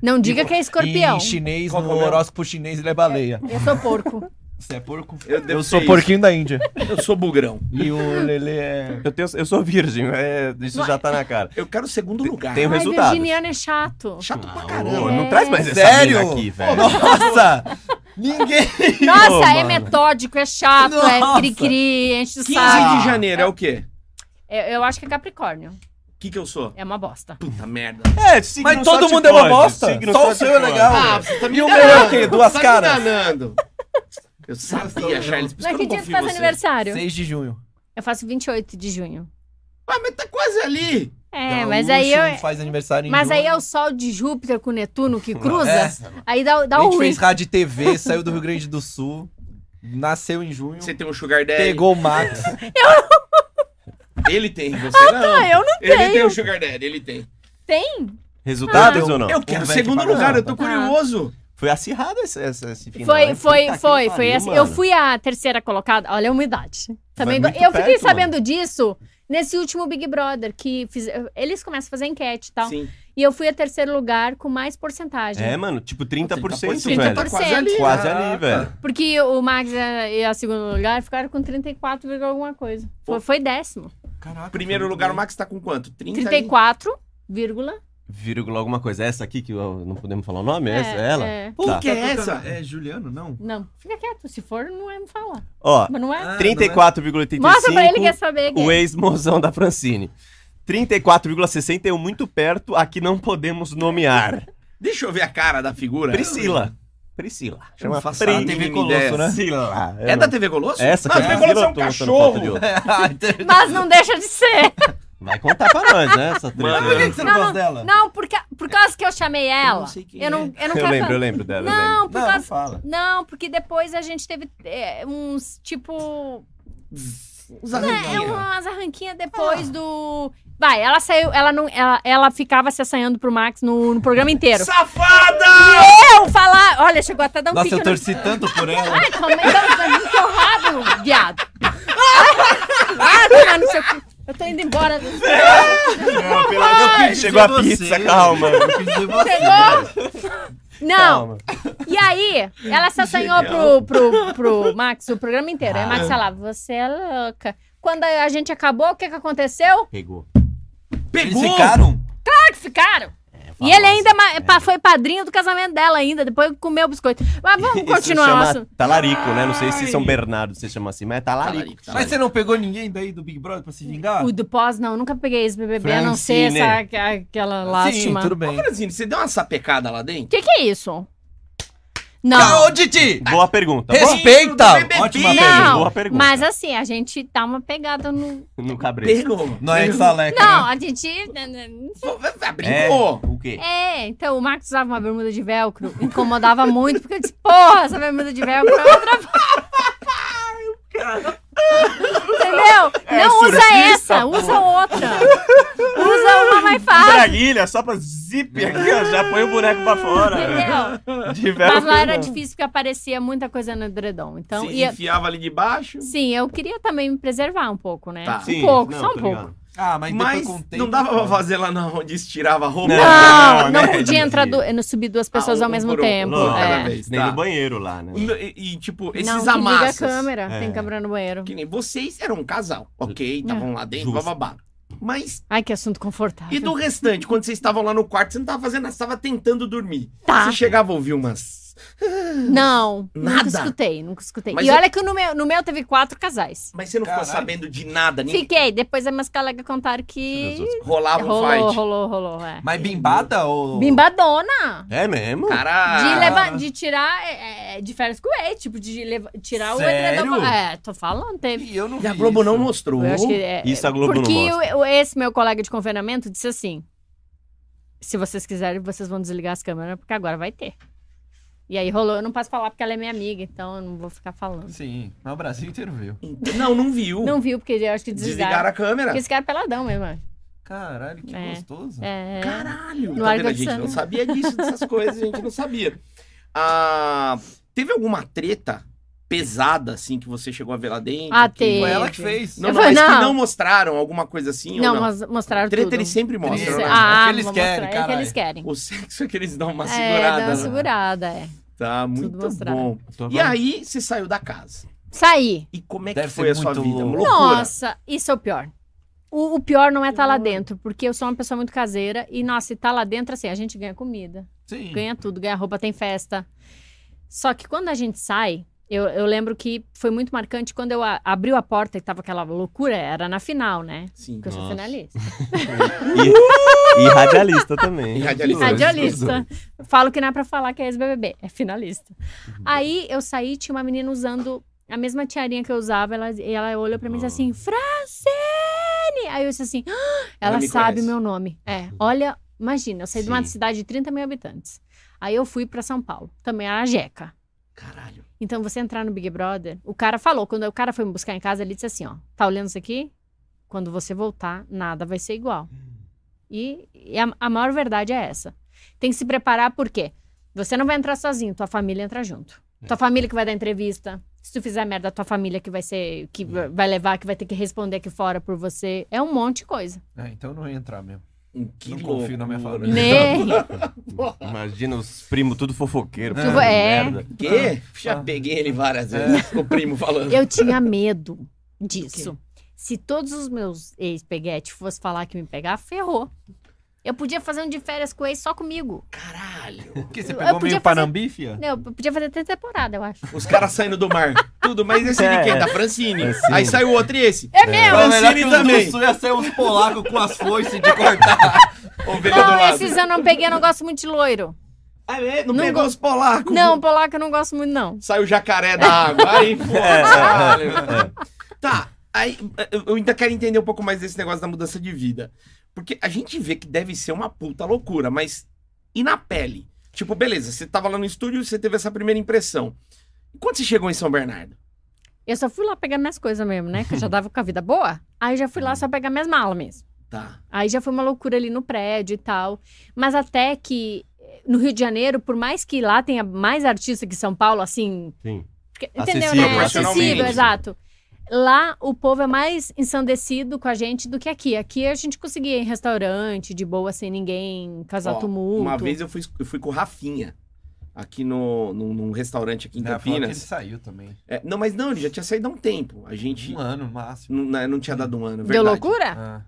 Não diga que é escorpião. Em chinês, Qual no que é o meu? horóscopo chinês, ele é baleia. Eu sou porco. Você é porco? Eu, devo Eu sou ser porquinho da Índia. isso. Eu sou bugrão. E o Lele é... Eu, tenho, eu sou virgem, é, isso já tá na cara. Eu quero o segundo lugar. Tem o Ai, resultado. virginiano é chato. Chato pra Ô, caramba. não é. traz mais essa Sério? mina aqui, velho. Nossa! Ninguém... Nossa, Ô, é mano. metódico, é chato, é Nossa. cri-cri, enche o 15 saco. de janeiro é o quê? Eu, eu acho que é Capricórnio. O que que eu sou? É uma bosta. Puta merda. É, signo Mas só todo te mundo é uma pode, bosta. signo Só o te seu é pode. legal. Ah, você tá me E o meu é o quê? enganando, Duas você tá caras? me enganando. Eu sabia, Charles. Por isso que Mas que eu não dia tu confio faz em você. aniversário? 6 de junho. Eu faço 28 de junho. Ah, mas tá quase ali. É, mas aí eu. Gaúcho faz aniversário em Mas aí é junho. o sol de Júpiter com Netuno que cruza. É. Aí dá, dá A o gente ruim. fez rádio e TV, saiu do Rio Grande do Sul. Nasceu em junho, Você tem um Sugar Daddy. pegou o Max. Ele tem, você não. Ah, eu não Ele tem tenho. um Sugar Daddy, ele tem. Tem? Resultados Ah, ou não? Eu quero velho que segundo paga lugar, nada. eu tô curioso. Foi acirrado esse, esse, esse final. Foi, hein? foi, Puta que foi, pariu, foi assim. mano. Eu fui a terceira colocada. Olha a umidade. Também Vai do- muito eu fiquei perto, sabendo disso nesse último Big Brother, que fiz- eles começam a fazer enquete e tal. Sim. E eu fui a terceiro lugar com mais porcentagem. É, mano, tipo 30%, 30%, velho. Tá quase ali. Quase ali, Caraca. velho. Porque o Max eh, e a segundo lugar ficaram com 34, vírgula alguma coisa. Foi, foi décimo. Caraca, Primeiro foi muito lugar, o bem. Max tá com quanto? 30 aí? 34, vírgula. Vírgula alguma coisa. Essa aqui que eu- não podemos falar o nome? Essa, é, ela? é. Pô, Tá. que é essa? É Juliano, não? Não, fica quieto. Se for, não é me falar. Ó, Mas não é. Ah, 34,85. Mostra pra ele que é saber quem O é. ex-mozão da Francine. 34,61, muito perto, aqui não podemos nomear. Deixa eu ver a cara da É. figura. Priscila. Priscila. Eu não faço Pri- a TV mínima Colosso, ideia. né? Priscila. É da TV Colosso? Essa Não, que a TV Colosso é um Priscila tô notando falta tá de cachorro. outro. Mas não deixa de ser. Vai contar pra nós, né? Essa treta. Mano, Por que, que você não, Não, gosta dela? Não, por, ca- por causa que eu chamei ela. Eu não sei quem eu não, é. eu quero lembro, eu falar. lembro Tá dela. eu lembro. Não, por não, não causa. fala. Não, porque depois a gente teve é, uns, tipo. Os É, arranquinha. umas arranquinhas depois do. Vai, ela saiu, ela não. Ela, ela ficava se assanhando pro Max no, no programa inteiro. Safada! Eu falar. Olha, chegou até a dar um Nossa, pique eu no- torci tanto por ela. Ai, toma então, no teu rabo, viado. Ah, toma no seu cu. Eu tô indo embora. Não, pelo amor de Deus, Chegou a pizza, calma. Eu quis dizer você. Chegou? Não, Calma. E aí, ela se assanhou pro, pro, pro Max o programa inteiro. Aí o Ah. Max falava, você é louca. Quando a gente acabou, o que, que aconteceu? Pegou. Pegou! Eles ficaram? Ah, que ficaram. E ele ainda ma- É. pa- foi padrinho do casamento dela ainda, depois comeu o biscoito. Mas vamos Isso continuar o chama assunto. Talarico, né? Não sei se Ai. São Bernardo você chama assim, mas é talarico. Talarico, Mas você não pegou ninguém daí do Big Brother pra se vingar? O do pós, não, nunca peguei esse BBB, a não ser Ah. Francine. essa, aqua- aquela lástima. Sim, tudo O bem. Brasil, você deu uma sapecada lá dentro? que, que é isso? Não. Ah, Ô, Didi! Tá Boa pergunta. Res- Respeita! Menino do BBB. Ótima pergunta, não, boa pergunta. mas assim, a gente dá uma pegada no. Boa- No cabreiro. Pegou. Não é Exaleca, Não, né? a gente. né, É, Brincou. o quê? É, então o Marcos usava uma bermuda de velcro, incomodava muito, porque eu disse, porra, essa bermuda de velcro é outra. Entendeu? Não usa É, surfista, essa, usa outra. Usa uma mais fácil. Braguilha, só pra zip aqui, ó. Já põe o boneco pra fora. Entendeu? De velho. Mas lá era difícil porque aparecia muita coisa no edredom. Então, Se e eu- enfiava ali de baixo. sim, eu queria também me preservar um pouco, né? Tá. Um Sim, pouco, não, só tô um pouco. ligado. Ah, mas, Mas depois com o tempo, né? não dava pra cara. fazer lá na onde estirava a roupa. Não. Não, não, Não, né? podia entrar, Entendi. du- no, subir duas pessoas Ah, ao um mesmo por um. tempo. Não, é. cada vez, nem tá. no banheiro lá, né? E, e, tipo, esses não, que liga a amassos. câmera, É. tem câmera no banheiro. Que nem vocês eram um casal, ok? É. Estavam lá dentro, Justo. bababá. Mas, Ai, que assunto confortável. e do restante? Quando vocês estavam lá no quarto, você não tava fazendo nada, você tava tentando dormir. Tá. Você chegava a ouvir umas... Não, nunca Nada? escutei, nunca escutei. Mas é e eu- olha que no meu, no meu teve quatro casais. Mas você não ficou Caralho. sabendo de nada, nem Fiquei, depois as minhas colegas contaram que rolava um rolou, fight. rolou, rolou, é. Mas bimbada ou... Bimbadona! É mesmo? Caralho. De, leva- de tirar é, é, de férias com ele, tipo, de leva- tirar Sério? o edredom. É, tô falando, teve. Ih, Eu não E a vi Globo não isso. mostrou. Eu acho que é- Isso a Globo não porque mostra. o- o- esse meu colega de confinamento disse assim: se vocês quiserem, vocês vão desligar as câmeras, porque agora vai ter. E aí rolou, eu não posso falar porque ela é minha amiga, então eu não vou ficar falando. Sim, mas o Brasil inteiro viu. Então, Não, não viu. Não viu, porque eu acho que Desligaram desligaram. a câmera. Porque esse cara é peladão mesmo. acho. Caralho, que É. gostoso. É. Caralho, No tá vendo? a gente ar-condicionado. não sabia disso, dessas coisas, a gente não sabia. Ah, teve alguma treta pesada, assim, que você chegou a ver lá dentro? Ah, Que- teve. Foi ela que fez. Não, Eu não, falei, mas que não. não mostraram alguma coisa assim? Não, ou não? mas mostraram Treta tudo. eles sempre mostram, Eles- né? É o Ah, que eles eles querem, querem, é o que caralho. eles querem. O sexo é que eles dão uma É, dá segurada. uma né? segurada, é. Tá, muito mostrado. bom. Tô E aí, você saiu da casa. Saí. E como é Deve que foi a ser sua muito- vida? Uma loucura. Nossa, isso é o pior. O, o pior não é estar lá dentro, porque eu sou uma pessoa muito caseira e, nossa, e tá lá dentro, assim, a gente ganha comida. Sim. ganha tudo, ganha roupa, tem festa. Só que quando a gente sai, eu, eu lembro que foi muito marcante quando eu a- abriu a porta e tava aquela loucura, era na final, né? Sim. Porque eu sou Nossa. finalista. E, e radialista também. E radialista. Sim. Radialista. Falo que não é pra falar que é ex-BBB, é finalista. Uhum. Aí eu saí, tinha uma menina usando a mesma tiarinha que eu usava, ela, e ela olhou pra mim e disse assim, Francine! Aí eu disse assim, "Ah, Ela ela me sabe o conhece. Uhum. meu nome. É, olha, imagina, eu saí de uma Sim. cidade de 30 mil habitantes. Aí eu fui pra São Paulo, também era jeca. Caralho. Então, você entrar no Big Brother, o cara falou, quando o cara foi me buscar em casa, ele disse assim, ó, tá olhando isso aqui? Quando você voltar, nada vai ser igual. E, e a, a maior verdade é essa. Tem que se preparar porque você não vai entrar sozinho, tua família entra junto. Tua família que vai dar entrevista. Se tu fizer merda, tua família que vai ser, que va- vai levar, que vai ter que responder aqui fora por você. É um monte de coisa. É, então eu não ia entrar mesmo. um Que não confio na minha loucura. família. Nem. Né? Imagina os primos tudo fofoqueiro. Tu- falando é. merda. Quê? Ah. Já peguei ele várias É. vezes. O primo falando. Eu tinha medo disso. Se todos os meus ex-peguete fossem falar que me pegar, ferrou. Eu podia fazer um de férias com o ex só comigo. Caralho. O que, você Eu pegou podia meio fazer- panambi, fia? Eu podia fazer até temporada, eu acho. Os caras saindo do mar. Tudo, mas esse de É. quem? Da Francine. Francine. Aí sai o outro e esse. É meu! Fala, Francine também. ia ser uns polacos com as foices de cortar. Ovelha do Não, lado. é esses eu não peguei, eu não gosto muito de loiro. Ah, é? Não, Não pegou go- os polacos. Não, polaco eu não gosto muito, não. Sai o jacaré da água. Aí, pô. caralho. Tá, aí eu- eu ainda quero entender um pouco mais desse negócio da mudança de vida. Porque a gente vê que deve ser uma puta loucura, mas e na pele? Tipo, beleza, você tava lá no estúdio, você teve essa primeira impressão. E quando você chegou em São Bernardo? Eu só fui lá pegar minhas coisas mesmo, né? Que eu já tava com a vida boa. Aí eu já fui lá só pegar minhas malas mesmo. Tá. Aí já foi uma loucura ali no prédio e tal. Mas até que eh, no Rio de Janeiro, por mais que lá tenha mais artista que São Paulo, assim. Sim. porque- entendeu, Acessível, né? profissionalmente. Acessível, exato. Lá o povo é mais ensandecido com a gente do que aqui. Aqui a gente conseguia ir em restaurante, de boa, sem ninguém, casar Ó, tumulto. Uma vez eu fui, eu fui com o Rafinha, aqui no, num, num restaurante aqui em Ele Campinas. saiu também. É, não, mas não, ele já tinha saído há um tempo. A gente Um ano no máximo. não, né, não tinha dado um ano, Deu verdade. loucura? Ah.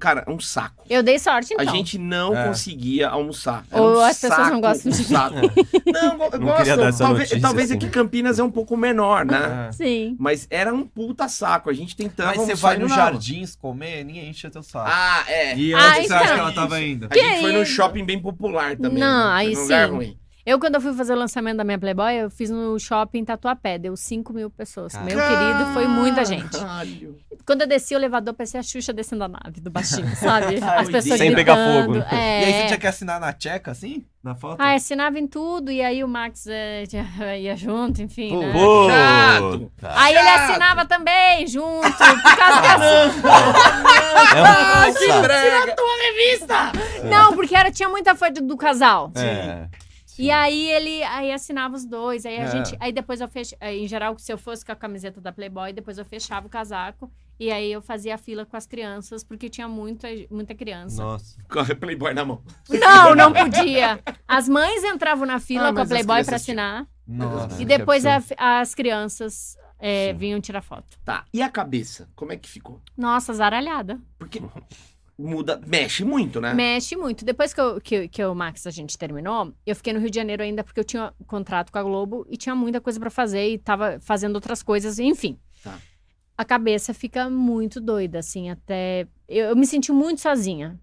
Cara, é um saco. Eu dei sorte, então. A gente não É. conseguia almoçar. Ou as pessoas não gostam de um saco. Não, eu Não queria gosto. dar essa talvez notícia, talvez assim. aqui Campinas é um pouco menor, né? Ah. Então Sim. Mas era um puta saco. A gente tentava. Mas você almoçar vai e nos não dava. jardins comer, ninguém enche teu saco. Ah, é. E Ah, onde você então. acha que ela tava indo? A Que gente foi num isso? shopping bem popular também. Não, né? Foi aí num Lugar sim. ruim. Eu, quando eu fui fazer o lançamento da minha Playboy, eu fiz no shopping Tatuapé, deu 5 mil pessoas. Ah. Meu querido, foi muita gente. Caralho. Quando eu desci o elevador, parecia a Xuxa descendo a nave do baixinho, sabe? Ai, As pessoas sem gritando. pegar fogo. É. E aí você tinha que assinar na tcheca, assim? Na foto? Ah, assinava em tudo, e aí o Max eh, tinha- ia junto, enfim, né? Pô, Chato. tá. Aí ele chato. assinava também, junto, por causa que assim- É um- Nossa. Brega. Não, porque era, tinha muita foto do casal. É. E aí ele aí assinava os dois, aí a É. gente, aí depois eu fech... aí, em geral se eu fosse com a camiseta da Playboy, depois eu fechava o casaco e aí eu fazia a fila com as crianças porque tinha muita muita criança. Nossa. Com a Playboy na mão. Não, não podia. As mães entravam na fila Ah, com mas a as Playboy pra crianças tinham. Ah, assinar Nossa, e que depois absurdo. a- as crianças é, vinham tirar foto. Tá. E a cabeça? Como é que ficou? Nossa, zaralhada. Porque muda, mexe muito, né? Mexe muito. Depois que eu, que, que eu e o Max a gente terminou, eu fiquei no Rio de Janeiro ainda porque eu tinha contrato com a Globo e tinha muita coisa pra fazer e tava fazendo outras coisas, enfim. Tá. A cabeça fica muito doida, assim, até. Eu, eu me senti muito sozinha.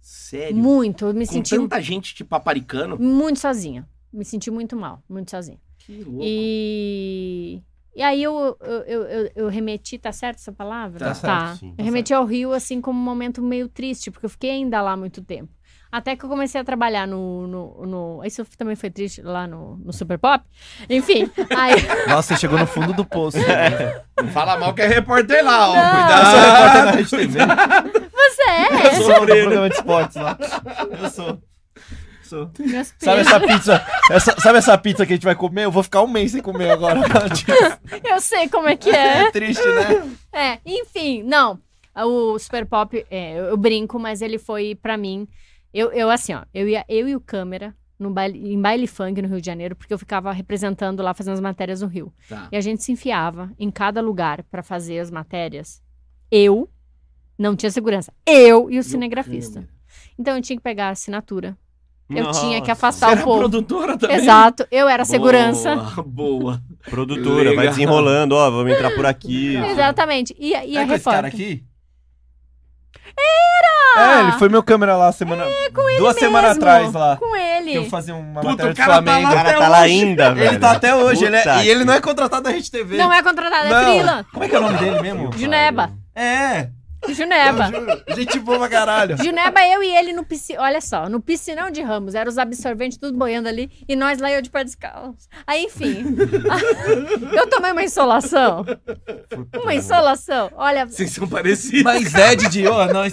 Sério. Muito. Eu me Com senti tanta gente tipo, te paparicando. muito sozinha. Me senti muito mal, muito sozinha. Que louco. E. E aí eu, eu, eu, eu- eu remeti, tá certo essa palavra? Tá certo, sim. Tá Eu remeti ao Rio, assim, como um momento meio triste, porque eu fiquei ainda lá muito tempo. Até que eu comecei a trabalhar no. no, no- Isso também foi triste lá no, no Super Pop. Enfim, aí. Nossa, você chegou no fundo do poço. né? Não fala mal que é repórter lá, ó. Não. Cuidado. Eu sou repórter da Rede TV. Ah, Você é! Eu sou no programa de esportes lá. Eu sou. Sou. Meus Sabe filhos. essa pizza? essa- sabe essa pizza que a gente vai comer? Eu vou ficar um mês sem comer agora. Eu sei como é que é. É triste, né? É, enfim, não. O Super Pop, é, eu eu brinco, mas ele foi pra mim. Eu, eu assim, ó, eu ia eu e o câmera no baile, em baile funk no Rio de Janeiro, porque eu ficava representando lá, fazendo as matérias no Rio. Tá. E a gente se enfiava em cada lugar pra fazer as matérias. Eu não tinha segurança. Eu e o cinegrafista. Então eu tinha que pegar a assinatura. Eu tinha que afastar Era o povo. é produtora também? Tá Exato, eu era a segurança. Boa, boa. Produtora, vai Legal. desenrolando, ó, vamos entrar por aqui. Exatamente. E, a- e a é com esse reforma? cara aqui? Era! É, ele foi meu câmera lá semana. duas semanas Ah, mesmo. atrás lá. Com Que ele. eu fazia uma Puta, matéria o do cara tá lá Flamengo. O cara tá lá ainda, velho. Ele tá até hoje, ele é- Puta e ele não é contratado da Rede TV. Não é contratado, é Não. frila. Como é que é o nome dele mesmo? Juneba. É. Juneba. Eu juro. Gente boa pra caralho. Juneba, eu e ele no piscinão. Olha só, no piscinão de Ramos. Eram os absorventes tudo boiando ali. E nós lá e eu de pé descalço. Aí, enfim. eu tomei uma insolação. Uma insolação. Olha, Vocês são parecidos. Mas é, Didi, ó, nós.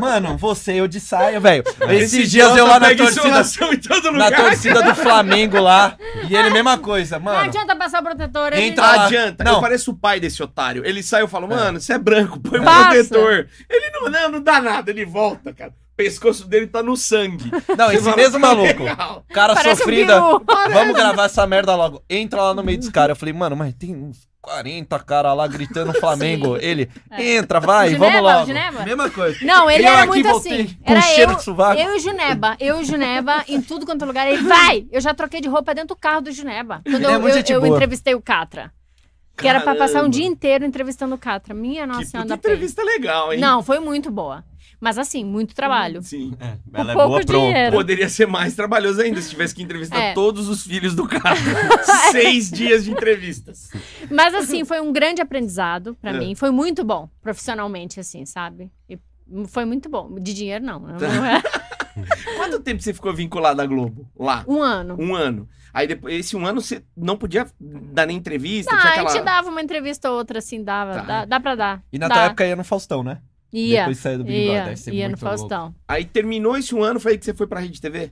Mano, você, eu de saia, velho. Esses dias idiota eu lá na pega torcida, insolação em todo na lugar. torcida do Flamengo lá. E ele, mesma coisa, não mano. adianta passar o protetor. ele- Entra lá. Adianta, Não. eu pareço o pai desse otário. Ele sai e eu falo, mano, você é branco, põe um Passa. protetor. Ele não, não, não dá nada, ele volta, cara. O pescoço dele tá no sangue. Não, Você esse fala, mesmo "Tá maluco. legal." Cara Parece um sofrida. peru. Vamos gravar essa merda logo. Entra lá no meio dos caras. Eu falei, mano, mas tem uns 40 caras lá gritando Flamengo. Ele, É. entra, vai, Geneva, vamos logo. Geneva? Mesma coisa. Não, ele eu era aqui muito voltei assim. com um Era cheiro de eu, sovaco. eu e o Juneba. Eu e o Juneba, em tudo quanto é lugar. Ele vai! Eu já troquei de roupa dentro do carro do Juneba. Quando Ele eu, é muito eu- gente eu boa. entrevistei o Catra. Que era pra Caramba. passar um dia inteiro entrevistando o Catra. Minha nossa Que senhora puta da pena. entrevista legal, hein? Não, foi muito boa. Mas assim, muito trabalho. Sim. Ela é pouco boa pronta. dinheiro. Poderia ser mais trabalhoso ainda se tivesse que entrevistar É. todos os filhos do cara. Seis dias de entrevistas. Mas assim, foi um grande aprendizado pra É. mim. Foi muito bom, profissionalmente, assim, sabe? E foi muito bom. De dinheiro, não. Não é? Quanto tempo você ficou vinculado à Globo? Lá? Um ano. Um ano. Aí depois, esse um ano você não podia dar nem entrevista? Ah, tinha a gente aquela- dava uma entrevista ou outra, assim, dava. Tá. Dá, dá pra dar. E na dá. tua época ia no Faustão, né? Tá. ia. Depois saiu do Big Brother. Ia, Deve ser ia no muito louco. Faustão. Aí terminou esse um ano, foi aí que você foi pra Rede TV?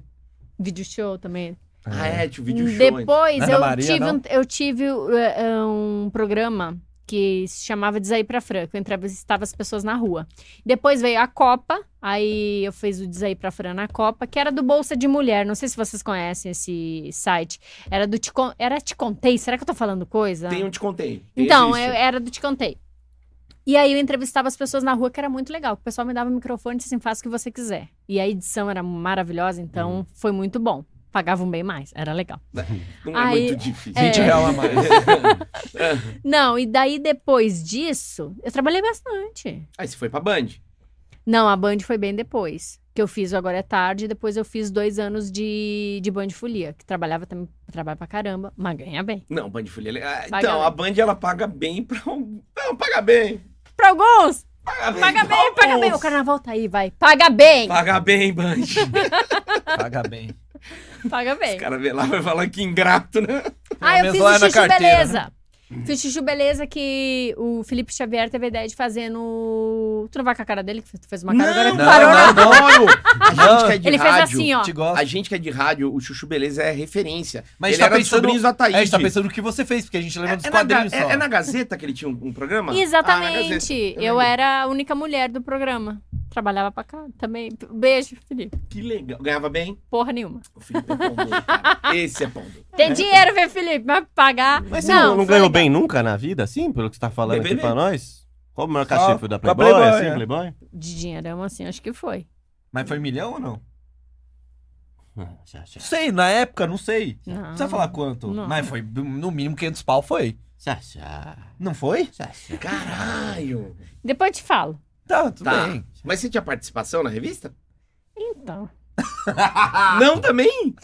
Vídeo show também. Ah, é, tinha o vídeo show. hein? Depois Ana eu, Maria, tive não? um, eu tive eh, um programa que se chamava Desaí pra Franca. Eu entrevistava as pessoas na rua. Depois veio a Copa, aí eu fiz o Desaí pra Fran na Copa, que era do Bolsa de Mulher. Não sei se vocês conhecem esse site. Era do Te, Con- era Te Contei? Será que eu tô falando coisa? Tem um Te Contei. Então, eu Existe. era do Te Contei. E aí eu entrevistava as pessoas na rua, que era muito legal. que O pessoal me dava o microfone e disse assim, faça o que você quiser. E a edição era maravilhosa, então foi muito bom. Pagavam bem mais, era legal. Não é Aí- muito difícil. 20 É. real a mais. Não, e daí depois disso, eu trabalhei bastante. Aí você foi pra Band. Não, a Band foi bem depois. Que eu fiz o Agora é Tarde, e depois eu fiz dois anos de, de Band Folia, que trabalhava também, trabalha pra caramba, mas ganha bem. Não, Band Folha. é legal. Ah, Paga então, bem. a Band ela paga bem pra um. Não, paga bem. Pra alguns, Paga bem, paga pra bem, paga alguns. bem. O carnaval tá aí, vai. Paga bem! Paga bem, Band. Paga bem. Assim, Paga bem. O cara vê lá vai falar que ingrato, né? Ah, eu menos fiz lá o é na Chuchu carteira, Beleza. Fiz Chuchu Beleza que o Felipe Xavier teve a ideia de fazer no. Tu não vai com a cara dele? Que tu fez uma cara agora que não, parou. né? não. não. A gente que é de Ele fez rádio, assim, ó. Te gosto. A gente que é de rádio, o Chuchu Beleza é referência. Mas ele tá era dos pensando- sobrinhos da É, Thaís. a gente tá pensando no que você fez, porque a gente lembra dos na, quadrinhos Ga- só. é- é na Gazeta que ele tinha um, um programa? Ah, na Gazeta. Exatamente. Eu eu lembro. era a única mulher do programa. Trabalhava pra cá também. Beijo, Felipe. Que legal. Ganhava bem? Porra nenhuma. O Felipe é pão duro, cara. Esse é pão duro. Tem dinheiro, viu, Felipe? Mas pagar. Mas você não, não, não foi ganhou legal. bem nunca na vida, assim, pelo que você tá falando Bebê aqui pra bem. nós? Qual o maior Só cachê foi da com a Playboy, Playboy, assim, é. Playboy? De dinheirão, assim, acho que foi. Mas foi milhão ou não? Ah, Já, já. Sei, na época, não sei. Não. Não precisa falar quanto. Ah, Não. Mas foi, no mínimo, 500 pau foi. Já, já. Não foi? Já, já. Caralho. Depois eu te falo. Tá, tudo Tá. bem. Mas você tinha participação na revista? Então. Ah. Não também?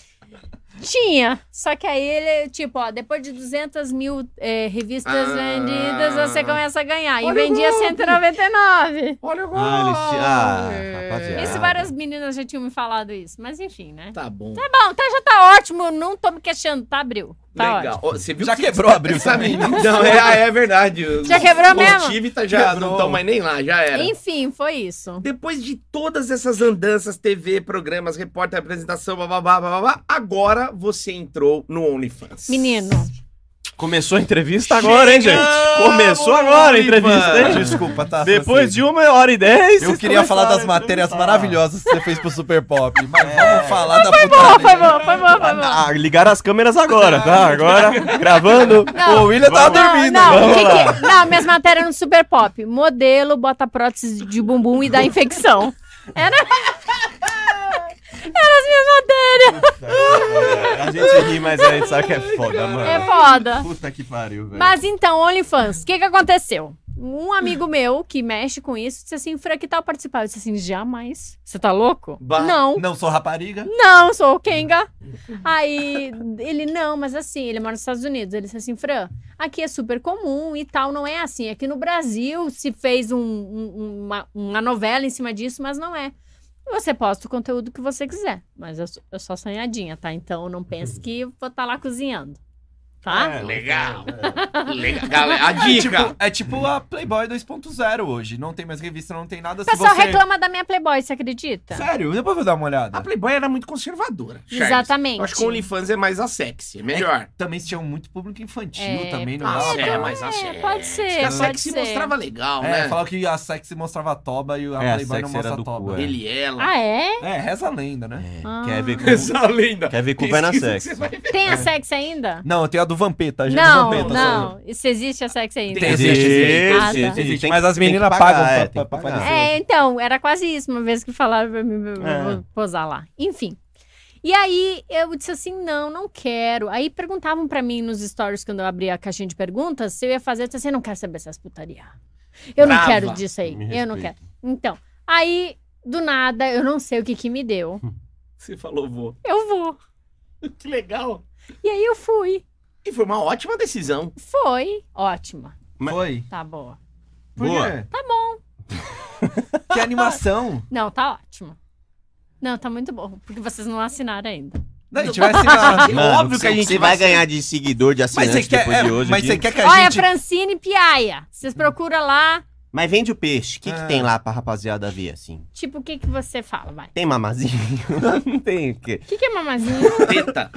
Tinha, só que aí ele, tipo, ó, depois de 200 mil eh, revistas Ah. vendidas, você começa a ganhar. E Olha o vendia golpe. 199. Olha agora. Ah, eles ti- Ah, rapaziada. Isso várias meninas já tinham me falado isso, mas enfim, né? É. Tá bom. Bom, tá, já tá ótimo, não tô me queixando, tá, Abril? Tá Legal. ótimo. Ó, Você viu Já que quebrou, abriu essa também. menina? Não, é, ah, é verdade. Os- Já quebrou os mesmo? Tivita já não Quebrou. estão mais nem lá, já era. Enfim, foi isso. Depois de todas essas andanças, TV, programas, repórter, apresentação, bababá, bababá, agora você entrou no OnlyFans. Menino, Começou a entrevista agora, hein, gente? Chegamos, Começou agora a entrevista, hein? Ivan. Desculpa, tá? Depois Saci. de um uma hora e dez. Eu vocês queria falar das começaram a matérias entrevistar. maravilhosas que você fez pro Super Pop. Mas É. vamos falar da foi Bom, foi bom, foi bom, foi bom. Ah, ligaram as câmeras agora, tá? Agora, gravando. Não. O William tá- tava Vamos. dormindo. não, vamos o que lá. que- não, minhas matérias no Super Pop. Modelo, bota prótese de bumbum e dá infecção. Era... Era as minhas É, matérias. A gente ri, mas a gente sabe que é foda, mano. É foda. Puta que pariu, velho. Mas então, OnlyFans, o que, que aconteceu? Um amigo meu que mexe com isso disse assim: Fran, que tal participar? Eu disse assim: jamais. Você tá louco? Bah. Não. Não sou rapariga. Não, sou o Kenga. Aí ele, não, mas assim, ele mora nos Estados Unidos. Ele disse assim: Fran, Aqui é super comum e tal, não é assim. Aqui no Brasil se fez um- um- uma, uma novela em cima disso, mas não é. Você posta o conteúdo que você quiser, mas eu, sou- eu sou assanhadinha, tá? Então não pense que eu vou estar lá cozinhando, tá? É. Legal. Legal. Galera, a dica. Tipo, é tipo a Playboy 2.0 hoje. Não tem mais revista, não tem nada. o pessoal se você... reclama Ah. da minha Playboy, você acredita? Sério? Depois eu vou dar uma olhada. A Playboy era muito conservadora. Charles. Exatamente. Eu acho que o OnlyFans é mais a sexy. é Melhor. Também se tinha muito público infantil É, também, não Ah, dava é, pra... mas a sexy. pode ser, Que a pode sexy ser. mostrava legal, É, né? falavam que a sexy mostrava toba e a É, a Playboy não sexy era mostra do toba. cu, Ele e ela. Ah, é? É, reza a lenda, né? Ah. É, Quer ver como... Essa linda. Quer ver com o pé na Pesquisa que sexy. você vai ver. Tem a sexy ainda? Não, eu tenho a do Vampeta, a gente é Não, do Vampeta. tá só- não. Isso existe a sexy ainda? Tem. Existe, existe. existe, Existe, tem mas que- as tem que meninas pagar, pagam pra- é, tem que pra pagar. pagar. É, então, era quase isso, uma vez que falaram pra mim, eu vou posar lá. Enfim. E aí eu disse assim: não, não quero. Aí perguntavam pra mim nos stories quando eu abri a caixinha de perguntas se eu ia fazer. Eu disse assim: eu não quero saber essas putaria. Eu não Brava. quero disso aí. Me Eu não respeita. quero. Então, aí, do nada, eu não sei o que que me deu. Você falou, vou. Eu vou. Que legal. E aí eu fui. E foi uma ótima decisão. Foi. Ótima. Mas- Foi. Tá boa. Por Boa. quê? Tá bom. Que animação. Não, tá ótimo. Não, tá muito bom. Porque vocês não assinaram ainda. Não, a gente vai assinar. Mano, Óbvio que a o gente você vai vai ganhar de seguidor, de Mas assinante você quer, depois é, de hoje. mas aqui. você quer que a Olha, gente... Francine Piaia. Vocês procuram lá. Mas vende o peixe. O que, que Ah. É. tem lá pra rapaziada ver, assim? Tipo, o que, que você fala, vai? Tem mamazinho? Não tem o quê? O que, que é mamazinho? Teta.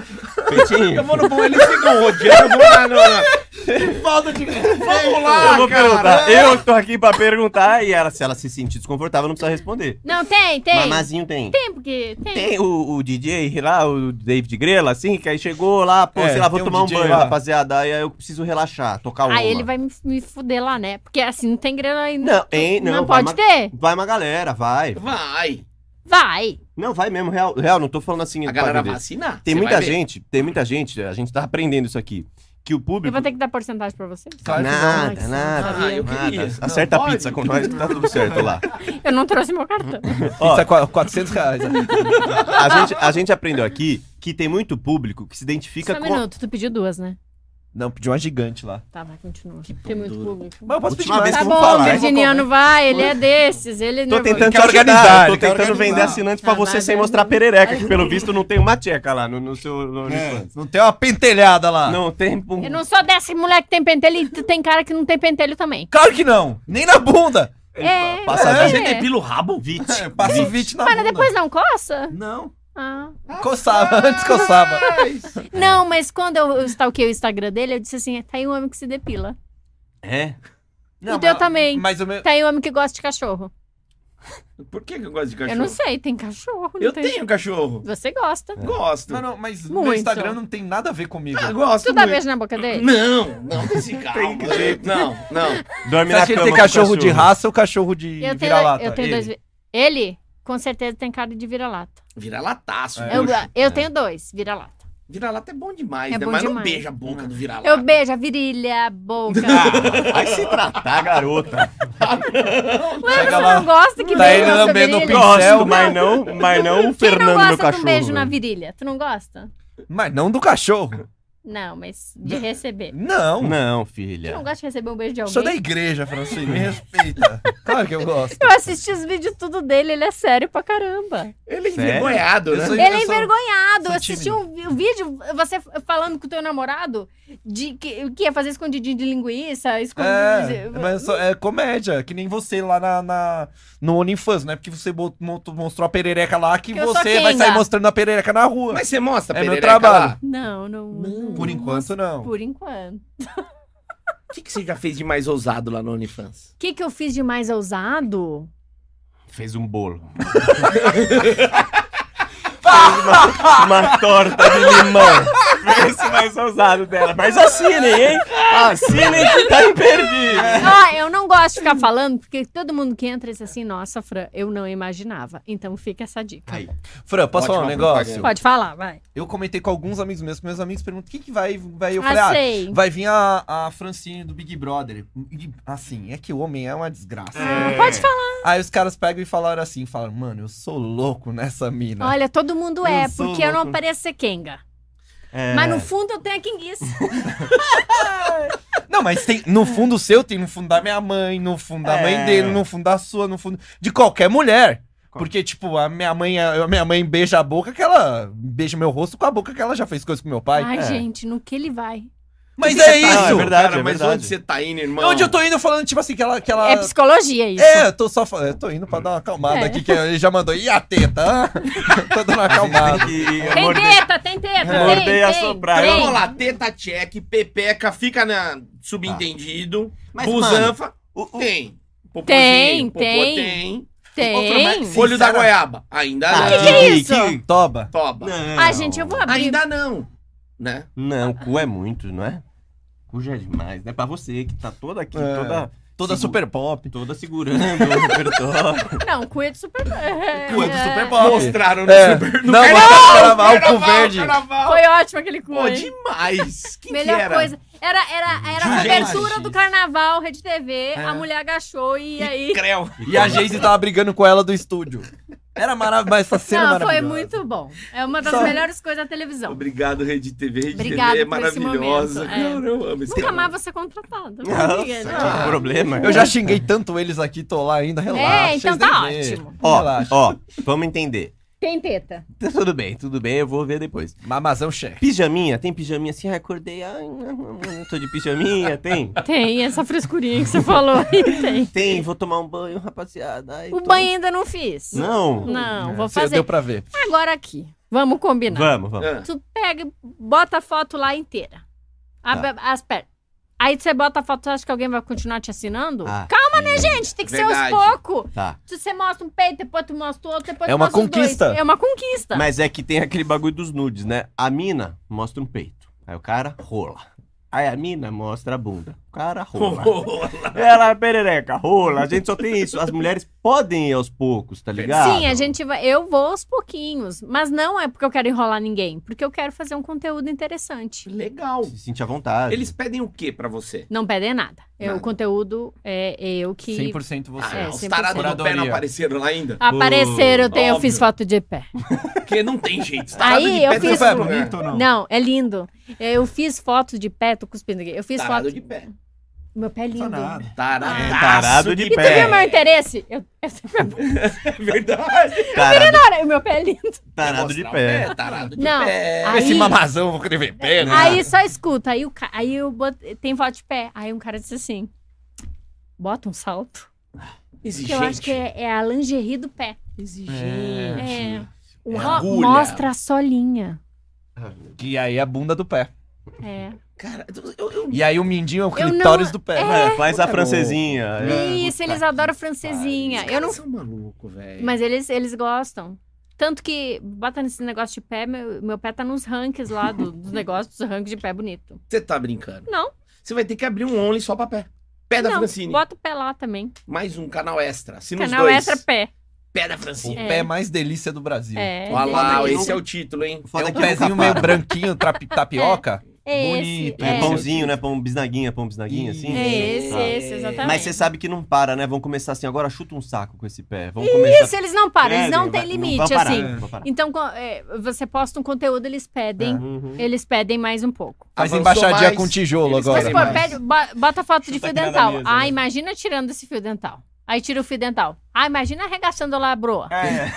Peitinho? Eu vou no bom, eles ficam rodeando. Eu vou lá no... falta de... Vamos lá, eu vou cara. perguntar. Eu tô aqui pra perguntar e ela, se ela se sentir desconfortável, não precisa responder. Não, tem, tem. Mamazinho tem. Tem, porque tem. Tem o, o DJ lá, o David Grela, assim, que aí chegou lá, pô, É, sei lá, vou tem um tomar um, DJ banho, lá. rapaziada, aí eu preciso relaxar, tocar o Aí ele vai me, me fuder lá, né? Porque assim, não tem grana ainda. Não, hein, não, vai pode uma- ter? Vai uma galera, vai. Vai. Vai. Não, vai mesmo, real, real, não tô falando assim. A pra galera beber. vacina. Tem Você muita vai ver. gente, tem muita gente, a gente tá aprendendo isso aqui, que o Eu público... vou ter que dar porcentagem pra vocês. Claro que não. Ai, que Nada, nada, Ah, eu queria. nada. Acerta Não, a pizza com pode. nós É. que tá tudo certo lá. Eu não trouxe meu cartão. Ó, Pizza qua- 400 reais. a, gente, a gente aprendeu aqui que tem muito público que se identifica Só um com... minuto, tu pediu duas, né? Não, pediu uma gigante lá. Tá, vai, continua. Tem muito duro. público. Mas eu posso Última pedir mais. vez Tá que eu bom, vou falar, hein? Virginiano vai, ele é desses, ele é Tô nervoso. tentando te Quer organizar, organizar, ele tô quer tentando organizar. vender assinante pra Ah, você vai, sem vai, mostrar vai. perereca, que pelo visto não tem uma tcheca lá no, no seu... no É, OnlyFans. não tem uma pentelhada lá. Não tem... um- Eu não sou dessa mulher que tem pentelho e tu tem cara que não tem pentelho também. Claro que não. Nem na bunda. É, Passa é. a Você depila o rabo? Vit. É, Passa o vite na Mas bunda. depois não coça? Não. Ah. Coçava, antes coçava. É. Não, mas quando eu eu stalkeei o Instagram dele, eu disse assim: tá aí um homem que se depila. É? o teu também. Mas o meu... Tá aí um homem que gosta de cachorro. Por que, que eu gosto de cachorro? Eu não sei, tem cachorro. não Eu tem- tenho É. cachorro. Você gosta. Gosto. Mano, mas o Muito. meu Instagram não tem nada a ver comigo. Ah, gosto Tu dá muito. beijo na boca dele? Não, não desse calma. não, não. Dorme Você acha que ele tem cachorro de raça ou cachorro é. de eu tenho, vira-lata? eu tenho Ele. dois. vi- Ele, com certeza, tem cara de vira-lata. Vira lataço. É. Eu, poxa. eu tenho dois, vira-lata. Vira lata é bom demais, É né? bom Mas não demais. beija a boca do vira lata. Eu beijo a virilha, a boca. Ah, vai se tratar, garota. Ué, Chega você lá. não gosta que Tá beija ele a sua lambendo o virilha? pinto. Gosto, mas não, mas não o é Quem não Fernando, meu gosta de um cachorro. beijo na velho. virilha? Tu não gosta? Mas não do cachorro. Não, mas de receber. Não, Não. Tu não filha. gosta de receber um beijo de alguém? Sou da igreja, Francine. Me respeita. Claro que eu gosto. Eu assisti os vídeos tudo dele, ele é sério pra caramba. Ele é Sério? envergonhado, né? Eu sou- Ele é sou- envergonhado. sou Eu assisti um, vi- um vídeo, você f- falando com o teu namorado, de que, que ia fazer escondidinho de linguiça, É, escondidinho... de- mas só- é comédia, que nem você lá na, na- no OnlyFans, não é porque você bot- mont- mostrou a perereca lá que, Que eu sou você vai quenga. sair mostrando a perereca na rua. Mas você mostra É meu perereca trabalho. lá? Não, não, não. Por enquanto, não. Por enquanto. O que, que você já fez de mais ousado lá no OnlyFans? O que, que eu fiz de mais ousado? Fez um bolo. Fez uma, uma torta de limão. Foi Esse mais ousado dela. Mas assinem, hein? Assinem que tá imperdível. Ah, eu não gosto de ficar falando, porque todo mundo que entra diz assim, nossa, Fran, eu não imaginava. Então fica essa dica. Aí. Fran, posso falar um Ótima negócio? propaganda. Pode falar, vai. Eu comentei com alguns amigos meus, que meus amigos perguntam, quem que vai, vai? Eu Ah, falei, ah, sei. vai vir a, a Francine do Big Brother. E, assim, é que o homem é uma desgraça. Ah, pode falar. Aí os caras pegam e falaram assim, falaram, mano, eu sou louco nessa mina. Olha, todo mundo é, né? Eu sou porque eu não louco. pareço ser Kenga. É. Mas no fundo eu tenho a quinguiça. Não, mas tem no fundo seu, tem no fundo da minha mãe, no fundo da É. mãe dele, no fundo da sua, no fundo de qualquer mulher. Porque, tipo, a minha mãe, a minha mãe beija a boca que ela beija meu rosto com a boca que ela já fez coisa com meu pai. Ai, É. gente, no que ele vai? Mas é tá- Ah, é isso! verdade. cara, mas verdade. É onde você tá indo, irmão? Onde eu tô indo falando, tipo assim, que ela. Que ela... É psicologia isso. É, eu tô só falando. Eu tô indo pra dar uma acalmada É. aqui, que ele já mandou. E a teta? hã?" tô dando uma Então, acalmada. Tem teta, tem teta, tem, Morder e tem, assoprar. tem. Então vamos lá, teta check, pepeca, fica na subentendido, Mas, busanfa, O- o- tem. Popozinho, Tem, popô tem. tem. Tem. Sim, Folho da Sara. goiaba, ainda Ah, não. que é isso? Toba. Toba. Não. Ah, gente, eu vou abrir. Ainda não, né? Não, cu é muito, não é? Cu já é demais, né? Pra você que tá toda aqui, É. toda, Toda Sigo- super pop. toda segurando o repertório. Não, cu é de super... Cu é do super pop. Mostraram no É. super... Não, mas carnaval, o cu carnaval, verde. carnaval. Foi ótimo aquele cu, Pô, hein? demais. Que Melhor que era? coisa. Era, era, era a Gente. cobertura do carnaval, Rede TV, É. a mulher agachou e aí. Creu. E a Geise tava brigando com ela do estúdio. Era maravilhoso. Essa cena Não, foi maravilhosa. muito bom. É uma das Só- melhores coisas da televisão. Obrigado, Rede TV. Rede Obrigado TV é por esse maravilhosa. momento, é. Cara, eu amo esse Nunca canal. mais vou ser contratada. Nossa, Amiga, né? que problema. Eu já xinguei tanto eles aqui, tô lá ainda, relaxa. É, então vocês tá nem vê. ótimo. Ó, Relaxa. ó, vamos entender. Tem teta. Tudo bem, tudo bem, eu vou ver depois. Mamazão chefe. Pijaminha, tem pijaminha assim? Ah, acordei, ai, tô de pijaminha, tem? Tem, essa frescurinha que você falou aí tem. Tem, vou tomar um banho, rapaziada. ai, O tô- banho ainda não fiz. Não. Não, vou É, Cê- Deu fazer. pra ver. Agora aqui. Vamos combinar. Vamos, vamos. Ah, Tu pega, e bota a foto lá inteira. Tá. Abre As pernas. Aí você bota a foto, você acha que alguém vai continuar te assinando? Ah, Calma, né, gente? Tem que ser Verdade. aos poucos. Tá. Se você mostra um peito, depois tu mostra o outro, depois É tu uma mostra os dois. conquista. É uma conquista. Mas é que tem aquele bagulho dos nudes, né? A mina mostra um peito. Aí o cara rola. Aí a mina mostra a bunda. O cara Ah. rola. Ela perereca, rola. A gente só tem isso. As mulheres podem ir aos poucos, tá ligado? Sim, a gente vai. Eu vou aos pouquinhos. Mas não é porque eu quero enrolar ninguém. Porque eu quero fazer um conteúdo interessante. Legal. Se sentir à vontade. Eles pedem o que pra você? Não pedem nada. É, o Nada. conteúdo é eu que. 100% você. Ah, É, os 100%. tarados do pé não Curadoria. apareceram lá ainda? Apareceram, eu, tenho, eu Óbvio. fiz foto de pé. Porque não tem jeito. Aí Ah, eu tá em fiz- todo é lugar. bonito ou não? Não, é lindo. Eu fiz foto de pé, tô cuspindo aqui. Eu fiz Tarado foto. de pé. Meu pé é Não lindo. nada. Tarado, É, tarado de E tu pé. viu meu interesse? Eu, eu sempre É verdade. Tarado, adoro. Meu pé é lindo. tarado de Mostrar o pé. Tarado de Não. pé. Aí- Esse mamazão, eu vou querer ver pena. Aí só escuta. Aí, o ca- aí eu bot- tem foto de pé. Aí um cara disse assim: bota um salto. Que Exigente. eu acho que é, é a lingerie do pé. Exigente. É. É Ro- agulha. mostra a solinha. Que aí é a bunda do pé. É. Cara, eu, eu- E aí o mindinho é o não- clitóris do pé. né? É, faz a francesinha. é. Isso, eles adoram francesinha. Esses Eu não. caras são malucos, velho. Mas eles, eles gostam. Tanto que, bota nesse negócio de pé, meu, meu pé tá nos rankings lá do- dos negócios, dos rankings de pé bonito. Você tá brincando? Não. Você vai ter que abrir um Only só pra pé. Pé É da Não, Francine. bota o pé lá também. Mais um canal extra. Assina os Canal dois. extra pé. Pé da O Francine. É. pé mais delícia do Brasil. É. Olha lá, Foda que esse nunca- é o título, hein? Foda é um que pé- Pezinho meio branquinho, trapi- Tá tapioca. É bonito, É, esse, é. pãozinho, né? Pão bisnaguinha, pão bisnaguinha, assim. É esse, Ah. esse, exatamente. Mas você sabe que não para, né? Vão começar assim, agora chuta um saco com esse pé. Vão começar... Isso, eles não param, eles É, não vai- têm limite, vão parar, assim. não vão parar. Então, co- é, você posta um conteúdo, eles pedem. Uhum. Eles pedem mais um pouco. Faz Avançou embaixadinha mais. com tijolo Eles agora. Mas, Olha, pô, mas- pede, bo- bota foto de Chuta fio aqui na dental. mesa, ah, né? imagina tirando esse fio dental. Aí tira o fio dental. Ah, imagina arregaçando lá a broa. É,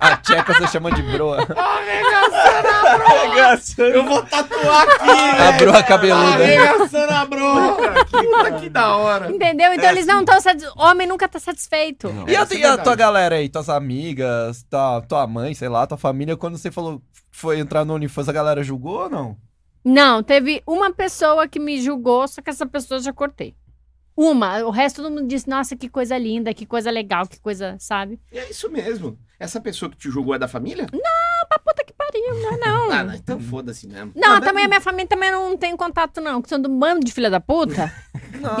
A tcheca você chama de broa. É, arregaçando. Eu vou tatuar aqui, A broa cabeluda. Arregaçando a broca. Puta que da hora. Entendeu? Então eles não estão satisfeitos. Homem nunca tá satisfeito. Não. E a, Isso é e a verdade. tua galera aí, tuas amigas, tua, tua mãe, sei lá, tua família, quando você falou que foi entrar no OnlyFans, a galera julgou ou não? Não, teve uma pessoa que me julgou, só que essa pessoa eu já cortei. Uma. O resto todo mundo disse, nossa, que coisa linda, que coisa legal, que coisa, sabe? E é isso mesmo. Essa pessoa que te julgou é da família? Não. "Ah, Puta que pariu, não é não. Ah, não, então foda-se mesmo. Não, também a minha família também não tem contato, não. Que são do bando de filha da puta.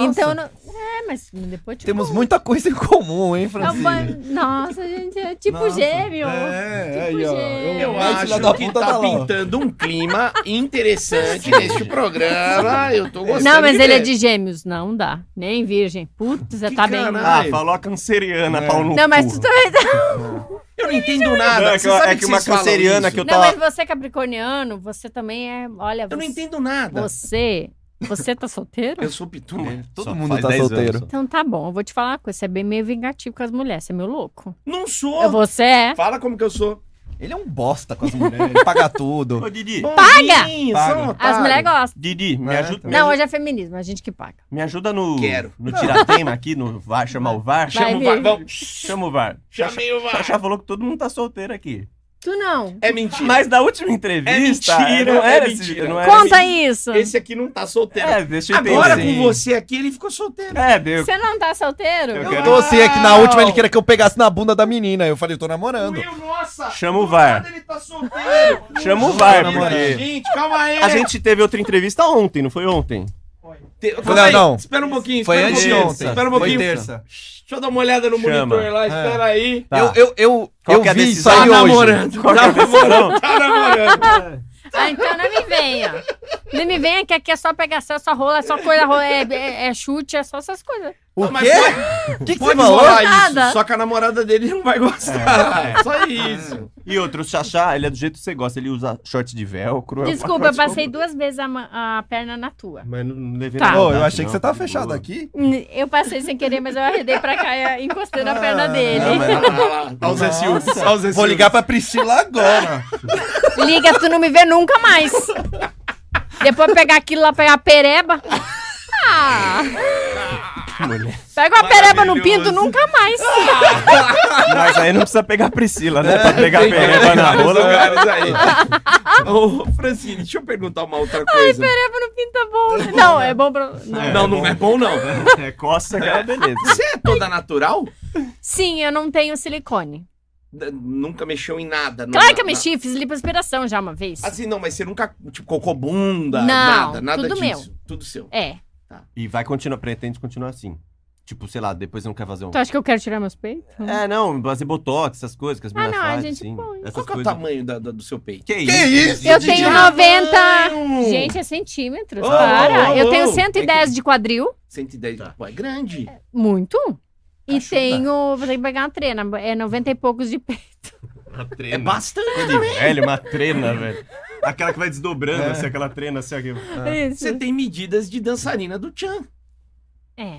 Então, eu não... É, mas depois tipo, Temos muita coisa em comum, um hein, é uma- Francine? Nossa, a gente é tipo Nossa. gêmeo. É, Tipo aí, ó. gêmeo. Eu Vai, acho filha da que puta, tá tá lá, ó. pintando um clima interessante neste programa. Eu tô gostando. Não, mas de ele é ver. de gêmeos. Não dá. Nem virgem. Putz, você Que tá bem. caralho. Ah, falou a canceriana, É. pau no Não, mas cu. tu também tá... Eu não entendo Não, nada. é que- Você sabe é que uma vocês falam canceriana isso? que eu Não, tava. mas você é capricorniano, você também é... Olha, Eu não você- entendo nada. Você... Você tá solteiro? Eu sou pituma. Todo Só mundo faz tá 10 anos solteiro. só. Então tá bom, eu vou te falar uma coisa. Você é bem meio vingativo com as mulheres, você é meio louco. Não sou. Eu- Você é. Fala como que eu sou. Ele é um bosta com as mulheres, ele paga tudo. Ô, Didi, Paga! Bonzinho, um Paga. são otários. As mulheres gostam. Didi, me É, ajuda. tá. Me, Não, ajuda hoje é feminismo, a gente que paga. me ajuda no. Quero. No tiratema aqui, no VAR, chamar o VAR. Vai, Chama o Vi. Tá VAR. Vamos, chama o VAR. Chamei o VAR. Chachá falou que todo mundo tá solteiro aqui. Tu não. É mentira. Mas na última entrevista. É mentira, não é era esse- mentira. não era Conta isso. Esse aqui não tá solteiro. É, deixa eu entender. Agora Sim. com você aqui, ele ficou solteiro. Ah, É, deu. Você não tá solteiro? Eu Eu quero- tô assim, é que na Não. última ele queria que eu pegasse na bunda da menina. Eu falei, eu tô namorando. Will, nossa! Chama o do VAR. nada Ele tá solteiro. Chama o VAR, Não, porque. Gente, calma aí. A gente teve outra entrevista ontem, não foi ontem? Te- calma Não, aí, não. Espera um pouquinho. Foi espera um antes de pouquinho, ontem. Espera um Foi pouquinho. terça. É. Deixa eu dar uma olhada no Chama. monitor lá, espera aí. Tá. Eu, eu, eu, Qual eu que é a vi isso decisão? aí tá hoje. namorando. Qual que é Tá a decisão? É. namorando. Tá namorando. Ah, então não me venha. Não me venha que aqui é só pegação, é só rola, é só coisa, rola, é, é- é chute, é só essas coisas. O Mas quê? O que, que você falou? rolar Nada. isso, só que a namorada dele não vai gostar. É. Só isso. E outro, o Xaxá, ele é do jeito que você gosta, ele usa short de velcro. é Desculpa, eu passei duas vezes a, ma- a perna na tua. Mas não, não levei Tá. nada, Ô, eu achei não, que você tava de boa. fechado aqui. Hum, Eu passei sem querer, mas eu arredei pra cá e encostei na perna Ah, Não, É. dele. mas olha lá, olha lá. Olha o Zé Silves. olha o Zé Vou Silves. ligar pra Priscila agora. Liga, tu não me vê nunca mais. Depois pegar aquilo lá, pegar a pereba. Ah! Pega uma pereba no pinto nunca mais. Ah, Mas aí não precisa pegar a Priscila, né? Pra pegar a pereba na Vários rola. lugares aí. Ô, Francine, deixa eu perguntar uma outra coisa. Pereba no pinto é bom. Não, é bom pra... Não. não, não é bom, não. É coça, aquela beleza. Você é toda natural? Sim, eu não tenho silicone. D- Nunca mexeu em nada. Claro na- que eu na- mexi, fiz lipoaspiração já uma vez. Assim, não, mas você nunca, tipo, cocô bunda, Não, nada, nada tudo disso. Tudo seu. É. E vai continuar, pretende continuar assim. Tipo, sei lá, depois não quer fazer um... Tu acha que eu quero tirar meus peitos? É, não, fazer botox, essas coisas que as meninas Ah, não, a fazem, gente assim. põe. Qual Essas que é o coisas. tamanho da- da- do seu peito? Que isso? Eu Gente, tenho já- 90. Tamanho! Gente, é centímetros. Ô, para. ô, ô, eu ô. tenho É 110 de quadril. 110. Tá. Pô, é grande. Muito. E Cachuda. tenho. Vou ter que pegar uma trena. É 90 e poucos de peito. Uma É trena. bastante. É velho, uma trena, velho. Aquela que vai desdobrando, assim, aquela trena, assim, aqui. É Isso. Você tem medidas de dançarina do Tchan. É.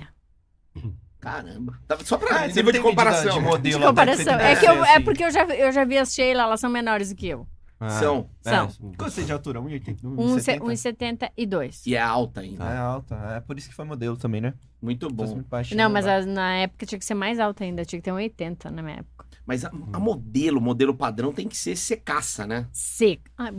Caramba. Tava só pra Ah, você nível tem de é um comparação. medida de modelo, De né, que você comparação. tem É, que eu, fazer, é assim. porque eu já, eu já vi as Sheila, elas são menores do que eu. Ah, São. é. São. Quanto você tem de altura? 1,80? 1,70? 1,72. E é alta ainda. É alta. É por isso que foi modelo também, né? Muito Se fosse bom. muito né? baixinho, Não, mas vai. as- na época tinha que ser mais alta ainda. Tinha que ter um 80 na minha época. Mas a, a modelo, modelo padrão tem que ser secaça, né? seca. Ah,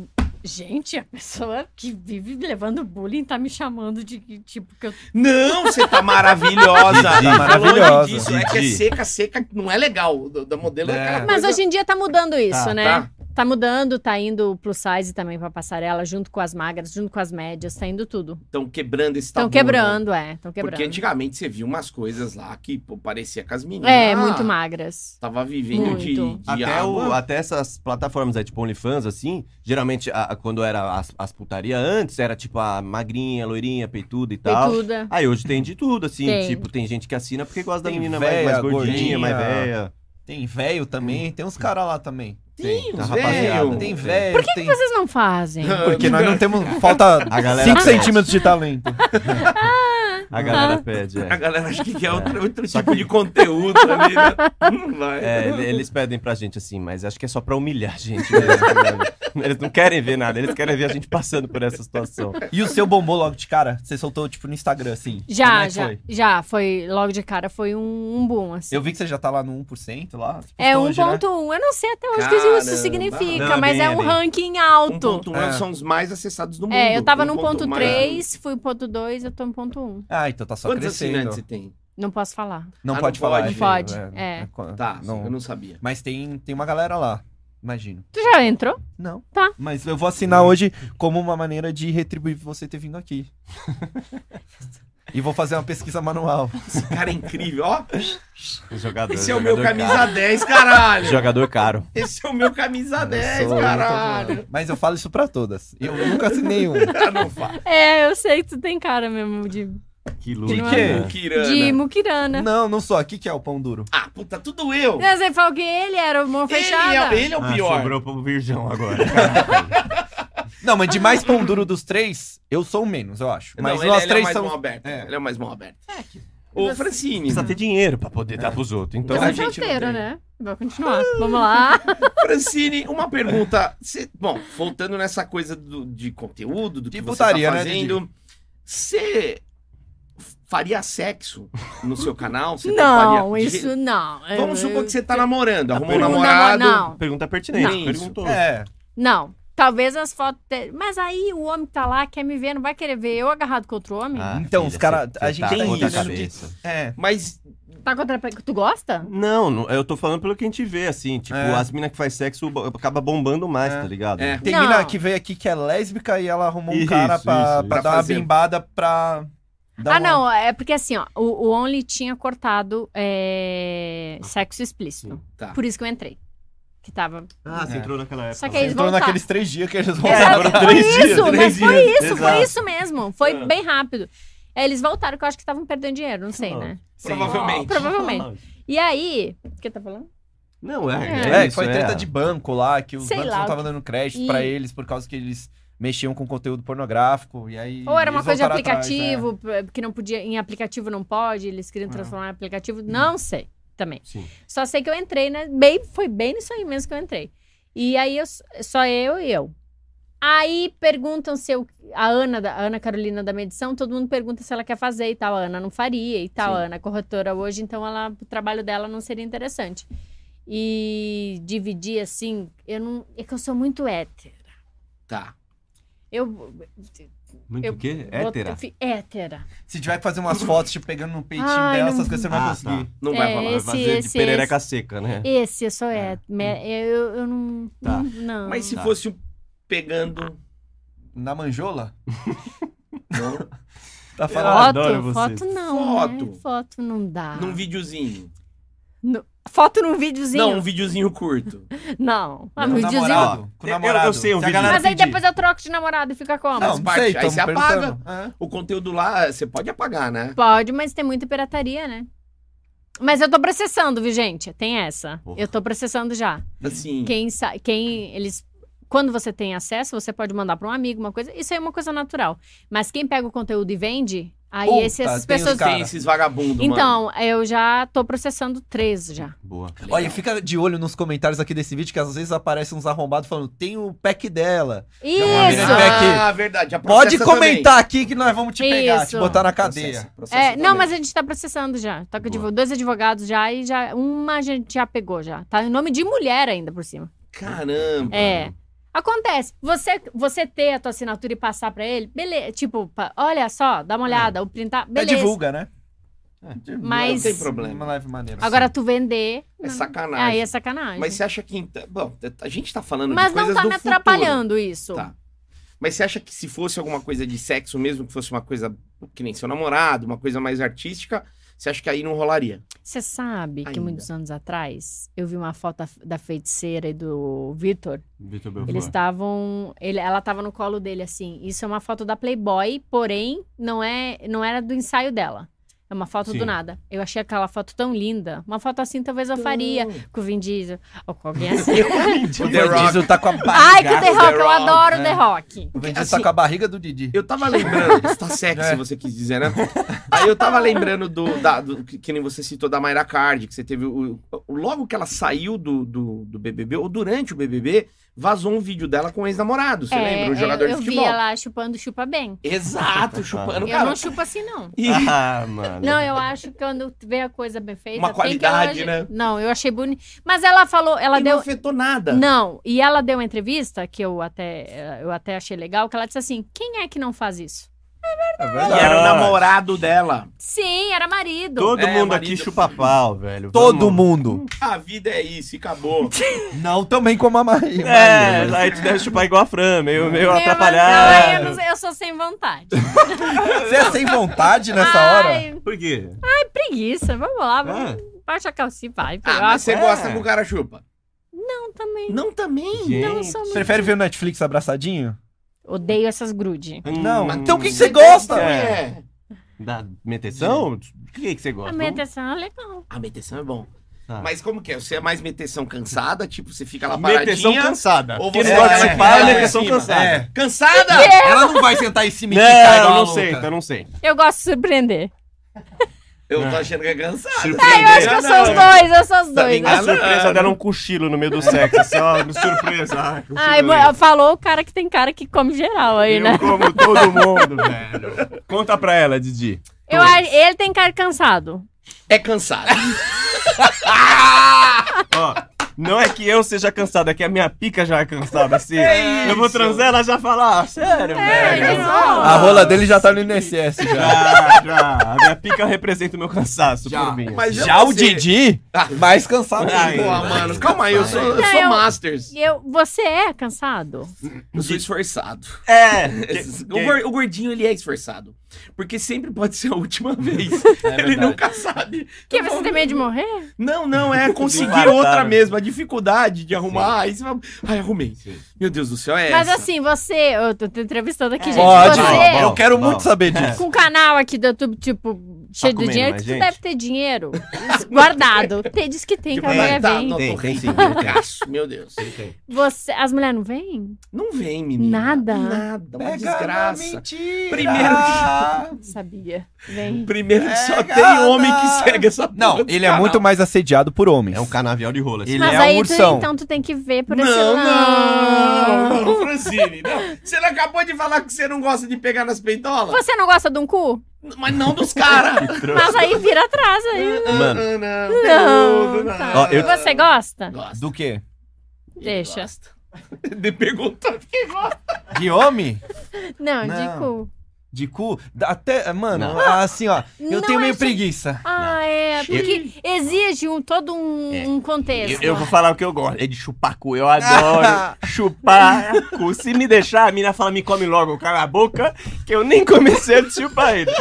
gente, a pessoa que vive levando bullying tá me chamando de que tipo que eu. Não, você tá maravilhosa. Didi, tá maravilhosa. longe disso. É que é Didi. seca, seca, não é legal. Da da modelo é, É. aquela Mas coisa- hoje em dia tá mudando isso, Tá, né? tá. Tá. mudando, tá indo plus size também pra passarela, junto com as magras, junto com as médias, tá indo tudo. Estão quebrando esse tabu. Estão quebrando, é. Estão né? Tá Porque quebrando. antigamente você viu umas coisas lá que pô, parecia com as meninas. É, Ah, muito magras. Tava vivendo de, Muito. de Até, água. o- até essas plataformas aí, tipo OnlyFans, assim, geralmente a- a- quando era as, as putaria antes, era tipo a magrinha, loirinha, peituda e tal. Peituda. Aí hoje tem de tudo, assim, Tem. tipo, tem gente que assina porque gosta da Tem menina mais, véia, mais gordinha, gordinha. mais velha. Tem velho também, tem uns caras lá também. Tem, tá, os rapaziada. velho. Tem velho, tem... Vocês não fazem. Porque nós não temos... Falta A galera 5 pede. centímetros de talento. A galera pede, A é. galera acha que é outro, outro Só tipo que- de conteúdo ali, né? Não vai. É, ele- eles pedem pra gente assim, mas acho que é só pra humilhar a gente mesmo. né? eles não querem ver nada, eles querem ver a gente passando por essa situação. E o seu bombou logo de cara? Você soltou, tipo, no Instagram, assim. Como Já, é que já, foi? já. Foi logo de cara, foi um, um boom, assim. Eu vi que você já tá lá no 1% lá. Você É postou hoje, né? 1.1. Eu não sei até onde que isso Caramba. significa, Não, mas bem é um ali. ranking alto. 1.1 É. são os mais acessados do mundo. É, eu tava no 1.1, ponto mas- 3, fui pro ponto 2, eu tô no ponto 1. Ah, então tá só Quantos crescendo. assinantes você tem? Não posso falar. Não Ah, pode não falar. pode. gente, Pode, é. co- Tá, não. eu não sabia. Mas tem, tem uma galera lá, imagino. Tu já entrou? Não. Tá. Mas eu vou assinar hoje como uma maneira de retribuir você ter vindo aqui. E vou fazer uma pesquisa manual. Esse cara é incrível, ó. Jogador, Esse é o meu jogador camisa caro. 10, caralho. Jogador caro. Esse é o meu camisa 10, sou- caralho. Mas eu falo isso pra todas. Eu nunca assinei um. nenhum. Ah, não fala. É, eu sei que tu tem cara mesmo de, Que né? De louco. quê? Mukirana. de muquirana. Não, não só. O que, que é o pão duro? Ah, puta, tudo eu. Não, Você falou que ele era o mão Ele fechada. é, ele é o Ah, pior. sobrou pro Virgão agora. Não, mas de mais pão duro dos três, eu sou o menos, eu acho. Não, Mas ele- ele nós é o três mais mão somos. aberta. É. Ele é o mais mão aberta. Ô, Francine. Precisa ter dinheiro pra poder dar pros outros. Então, Eu A sou gente não solteira, tem. é né? Vai continuar. Vamos lá. Francine, uma pergunta. Cê- bom, voltando nessa coisa do- de conteúdo, do De que putaria, você né, tá fazendo. Você faria sexo no seu canal? Você não, faria- de- isso não. Vamos Eu- supor que você tá namorando, arrumou um Não, namorado. Não, não. pergunta pertinente. Não. Perguntou. É. Não. Talvez as fotos. te- Mas aí o homem que tá lá, quer me ver, não vai querer ver eu agarrado com outro homem? Ah, Então, os cara- cê- a cê gente tá tem com outra isso, né? cabeça. É. Mas Tá com outra. pe- Tu gosta? Não, não, eu tô falando pelo que a gente vê, assim. Tipo, É. as minas que faz sexo bo- acaba bombando mais, É. tá ligado? É. Tem Não. mina que veio aqui que é lésbica e ela arrumou um Isso, cara pra, isso, pra isso. dar uma Fazer. bimbada pra. dar um ah, uma- não. É porque assim, ó. O, o Only tinha cortado é, sexo explícito. tá. Por isso que eu entrei. Que tava. Ah, você É. entrou naquela época. Só que Você eles entrou voltar. naqueles três dias que eles É, voltaram. foram foi três isso, dias, mas três foi dias. isso, foi Exato. É. isso mesmo. Foi Ah. bem rápido. É, Eles voltaram, que eu acho que estavam perdendo dinheiro, não sei, Ah. né? Sim. Provavelmente. Provavelmente. E aí. O que tá falando? Não, é. É, isso, foi treta de banco lá, que os Sei bancos lá, não estavam dando crédito e- pra eles por causa que eles mexiam com conteúdo pornográfico. E aí. Ou era uma eles coisa de voltaram atrás, é. aplicativo, que não podia. Em aplicativo não pode, eles Ah. queriam transformar em aplicativo. Não sei também. Sim. Só sei que eu entrei, né? Bem, foi bem nisso aí mesmo que eu entrei. E aí eu, só eu e eu. Aí perguntam se eu. A Ana, da- a Ana Carolina da Medição, todo mundo pergunta se ela quer fazer e tal. A Ana não faria e tal. Sim. A Ana é corretora hoje, então ela, o trabalho dela não seria interessante. E dividir assim, eu não. É que eu sou muito hétera. Tá. Eu. Muito eu o quê? Hétera? eu fi- hétera. né? Se tiver que fazer umas fotos, tipo, pegando no peitinho Ai, dela, não- essas coisas você não Ah, vai conseguir. Não vai É, rolar. Vai esse, fazer de esse, perereca seca, né? Esse, eu sou É. hétera. Eu, eu não. Tá. Não. Mas se Tá. fosse um pegando. Na manjola? Não, Tá Eu falando. adoro Foto, vocês. foto não. né? Foto. Foto não dá. num videozinho. Foto num videozinho? Não, um videozinho curto. Não. Ah, com um videozinho. namorado, Com Eu- eu namorado. sei um Se a vídeo. galera Mas aí pedir. depois eu troco de namorado e fica como? Não, não sei, Aí tamo você apaga. perguntando. É. O conteúdo lá, você pode apagar, né? Pode, mas tem muita pirataria, né? Mas eu tô processando, viu, gente? Tem essa. Porra. Eu tô processando já. Assim. Quem, sa- quem eles. Quando você tem acesso, você pode mandar pra um amigo, uma coisa. Isso aí é uma coisa natural. Mas quem pega o conteúdo e vende, aí Puta, esse- essas tem os pessoas. cara. Tem esses vagabundos, mano. Então, eu já tô processando três já. Boa. Olha, fica de olho nos comentários aqui desse vídeo, que às vezes aparecem uns arrombados falando, tem o pack dela. uma Isso! É, mina que pega- Ah, verdade. a Pode processa comentar aqui que nós vamos te pegar, te Isso. botar na também. cadeia. Processa, processa É, não, também. mas a gente tá processando já. Tá com Boa. advo- dois advogados já e já uma a gente já pegou já. Tá em nome de mulher ainda por cima. Caramba. É. Acontece. Você você ter a tua assinatura e passar pra ele, beleza. Tipo, pa- olha só, dá uma olhada, o printar, É beleza. divulga, né? Mas- Não tem problema. Uma live maneira. Agora tu vender, É sacanagem. aí é sacanagem. Mas Mas, você acha que. então- Bom, a gente tá falando de não coisas tá do me futuro. atrapalhando isso. Tá. Mas você acha que se fosse alguma coisa de sexo, mesmo que fosse uma coisa que nem seu namorado, uma coisa mais artística, você acha que aí não rolaria? Você sabe que Ainda. muitos anos atrás eu vi uma foto da- da feiticeira e do Vitor Vitor Eles Belfort. estavam. ele- ela tava no colo dele, assim. Isso é uma foto da Playboy, porém, não é, não era do ensaio dela. É uma foto Sim. do nada. Eu achei aquela foto tão linda. Uma foto assim, talvez eu faria. Com o Vin Diesel. Ou com alguém assim. O O The Rock. Diesel tá com a barriga. Ai, que o The The Rock, eu Rock, adoro o né? The Rock. O Vin Diesel Assim- tá com a barriga do Didi. Eu tava lembrando. Está sexy, É. você quis dizer, né? Aí eu tava lembrando do. da- do- que, que nem você citou da Mayra Card, que você teve. O, o- logo que ela saiu do, do, do BBB, ou durante o BBB, vazou um vídeo dela com o ex-namorado. Você É, lembra? O jogador eu, eu de vi futebol. ela chupando chupa bem. Exato, chupando eu cara. não chupo assim, não. E- Ah, mano. Não, eu acho que quando vê a coisa bem feita. Uma tem que qualidade, elogiar. né? Não, eu achei bonito. Mas ela falou, ela e deu. não afetou nada. Não, e eh, ela deu uma entrevista que eu até, eu até achei legal, que ela disse assim: quem é que não faz isso? É E verdade. era o namorado dela. Sim, era marido. Todo É, mundo marido. aqui chupa pau, velho. Todo Vamos. mundo. A vida é isso, e acabou. Não também como a Maria. É, a gente deve chupar igual a Fran, meio, meio Meu, mas não, eu, atrapalhado. não sei, eu sou sem vontade. Você é sem vontade nessa hora? Ai, Por quê? Ah, preguiça. Vamos lá, vamos. Baixa a calcinha, vai. Ah, Ah, mas você é. gosta que o cara chupa? Não, também. Não também? Não, sou muito. Prefere ver o Netflix abraçadinho? Odeio essas grude. Não. Hum. Então o que, que você gosta? É. É. Da meteção? O que, que você gosta? A minha atenção é legal. A meteção é bom. Tá. Mas como que é? Você é mais meteção cansada? Tipo, você fica lá paradinha? Meteção cansada. Ou Quem você não gosta é- de chupar é é, meteção cima. cansada. né? É. Cansada? Ela não vai sentar em cima e quicar Não, igual a não louca. senta, não senta. Eu gosto de surpreender. Eu tô achando que é cansada. Surpreender. Eu acho que eu sou os dois, eu sou os dois. né? ligado? A surpresa dela é um cochilo no meio do sexo, assim, ó, de surpresa. Ah, Ai, cochilo. Ai, bo- falou o cara que tem cara que come geral aí, né? Eu como todo mundo, velho. Conta pra ela, Didi. Eu, a- ele tem cara cansado. É cansada. Ó, não é que eu seja cansada, é que a minha pica já é cansada, assim. É eu vou transar, ela já fala, ah, sério, de velho. novo. A rola dele já tá no INSS já. Já, já. A minha pica representa o meu cansaço, Já. por mim. Mas assim. Já o você- Didi, Ah. mais cansado. Ai. ainda. Boa, mano. Calma aí, eu sou, eu Não, sou eu- masters. Eu, você é cansado? Eu sou esforçado. É. Esses- que- O, gor- o gordinho, ele é esforçado. Porque sempre pode ser a última vez. É ele nunca sabe. Que você tem medo de morrer? Não, não, é conseguir infartar, outra né? mesmo. A dificuldade de arrumar. Aí você fala, ai, arrumei. Sim. Meu Deus do céu, é Mas essa. assim, você. Eu tô te entrevistando É. aqui, gente. Pode, você, Bom, eu quero bom. muito saber disso. com um canal aqui do YouTube, tipo, cheio de comendo dinheiro, mais que você gente? deve ter dinheiro guardado. Tem, diz que tem, que a mulher tá, vem. não, Tem, tô tem rindo, sim, tem. um ricaço, Meu Deus. Você, as mulheres não vêm? Não vem, menina. Nada? É. Nada, uma desgraça. Primeiro Primeiro. Sabia. Vem. Primeiro que só Pega tem homem nada. que segue essa Não, porra desse ele é canal. muito mais assediado por homens. É um canavial de rola. assim. Ele Mas é um aí, tu- ursão. então, tu tem que ver por esse Não, lado. não, não, Francine, não. Você não acabou de falar que você não gosta de pegar nas peitolas? Você não gosta de um cu? Mas não dos caras. Mas aí vira atrás aí. Mano. Não, não, Não, não. tá. Ó, eu- Você gosta? Gosta. Do quê? Deixa. Gosta. De perguntar porque gosta. De homem? Não, de Não. cu. De cu? Da- Até, mano, Não. assim, ó. Eu Não tenho meio é só- preguiça. Ah, é. Porque exige um, todo um, É. um Eu, contexto. eu vou falar o que eu gosto. É de chupar cu. Eu adoro chupar cu. Se me deixar, a mina fala, me come logo, cala a boca, que eu nem comecei a te chupar ele.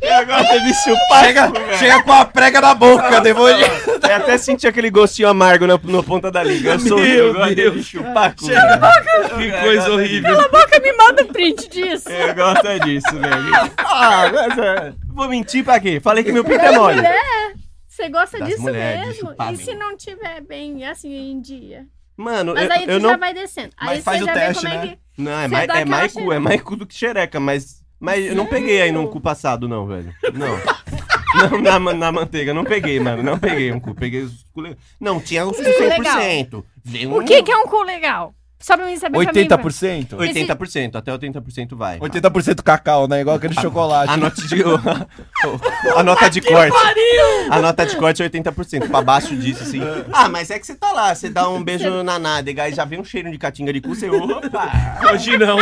Eu gosto de chupar Chega, cu, velho. chega com a prega na boca, devolve. Eu até senti aquele gostinho amargo na, na ponta da língua. Eu sou Meu eu gosto de Deus. chupar cu. Chega. velho. Que É, coisa gosta horrível. Cala a boca, me manda print disso. Eu gosto é disso, velho. Ah, mas, é, Vou mentir pra quê? Falei que meu pinto é mole. Você gosta Das disso mulheres, de mesmo? chupar e bem. se não tiver bem, assim, em dia? Mano, Mas eu, aí tu eu já não. vai descendo. Mas Aí faz você o já teste, vê como né? é que... Não, é Você mais, dá é mais aquela cu, é mais cu do que xereca, mas. Mas eu não peguei ainda um cu passado, não, velho. Não. Não, na, ma- na manteiga, não peguei, mano. Não peguei um cu. Peguei os cu legal. Não, tinha os cu 100%. Veio um é O que, que é um cu legal? Só pra mim saber pra mim. 80%? 80%, até 80% vai. 80% cacau, né? Igual aquele chocolate. A nota de. A nota de corte. A nota de corte é 80%. Pra baixo disso, assim. Ah, mas é que você tá lá, você dá um beijo na nádega e já vem um cheiro de catinga de cu, você. Opa! Hoje não.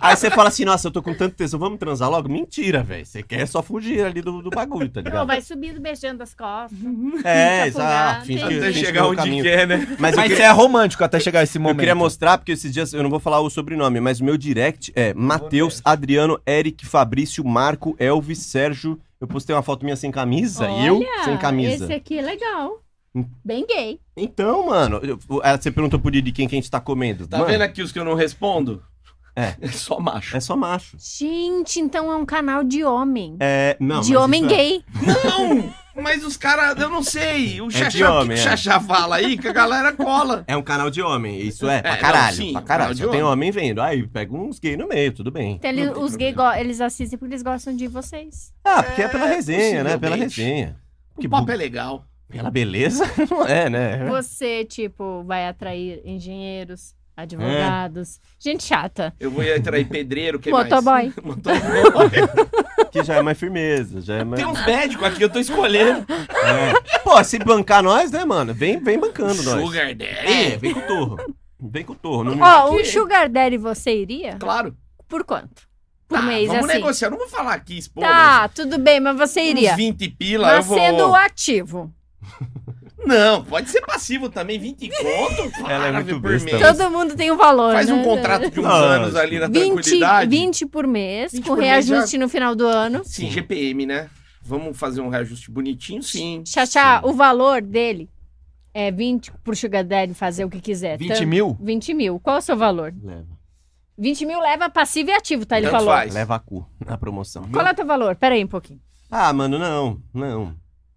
Aí você fala assim, nossa, eu tô com tanto tesão, vamos transar logo? Mentira, velho. Você quer só fugir ali do, do bagulho, tá Não, ligado? vai subindo, beijando as costas. é, fica exato. afogado, finge entendi. que- Até finge que chegar é o onde caminho. quer, né? Mas eu Mas queria, é romântico até chegar esse eu momento. queria mostrar, porque esses dias, eu não vou falar o sobrenome, mas o meu direct é Matheus, Adriano, Eric, Fabrício, Marco, Elvis, Sérgio. Eu postei uma foto minha sem camisa e eu Olha, sem camisa. Hum. Esse aqui é legal. Bem gay. Então, mano, eu- ela- você perguntou pro Didi quem que a gente tá comendo. Tá Mano, vendo aqui os que eu não respondo? É. É só macho. É só macho. Gente, então é um canal de homem. É, não. de mas homem isso é- gay. Não! Então, Mas os caras, eu não sei. O de Xaxá, o que homem, o é. Xaxá fala aí que a galera cola. É um canal de homem, isso é, pra não, caralho, sim, um pra canal caralho. de Só tem homem. homem vendo. Aí pega uns gays no meio, tudo bem. Então, eles- os gays go- eles assistem porque eles gostam de vocês. Ah, porque é pela resenha, né? possivelmente. Pela resenha. o Que papo bu- é legal. Pela beleza, não é, né? Você, tipo, vai atrair engenheiros, advogados, gente chata. Eu vou atrair pedreiro, que Motoboy. mais? Motoboy. Que já é mais firmeza, já é mais... Tem um uns médicos aqui, eu tô escolhendo. É. Pô, se bancar nós, né, mano? Vem, vem bancando nós. Sugar É, Daddy. vem com o torro. Vem com o torro. Não... Ó, que- um Sugar Daddy você iria? Claro. Tá, Por quanto? por mês, Ah, vamos assim. negociar. Eu não vou falar aqui, expor. Tá, tudo bem, mas você mas iria. Uns 20 pila, eu Mas vou... sendo ativo. Não, pode ser passivo também, 20 conto. Ela é para, muito por besta, mês. mano. Todo mundo tem um valor, Faz né? um contrato de uns Não, anos ali na 20, tranquilidade. 20 por mês, 20 com por mês reajuste no final do ano. Sim, GPM, né? Vamos fazer um reajuste bonitinho, sim. Xaxá, o valor dele é 20 por Sugar Daddy fazer o que quiser. 20 Tan- mil? 20 mil. Qual é o seu valor? Leva. 20 mil leva passivo e ativo, tá? Ele Tanto falou. faz. Leva a cu na promoção. Qual é o teu valor? Pera aí um pouquinho. Ah, mano, não, não.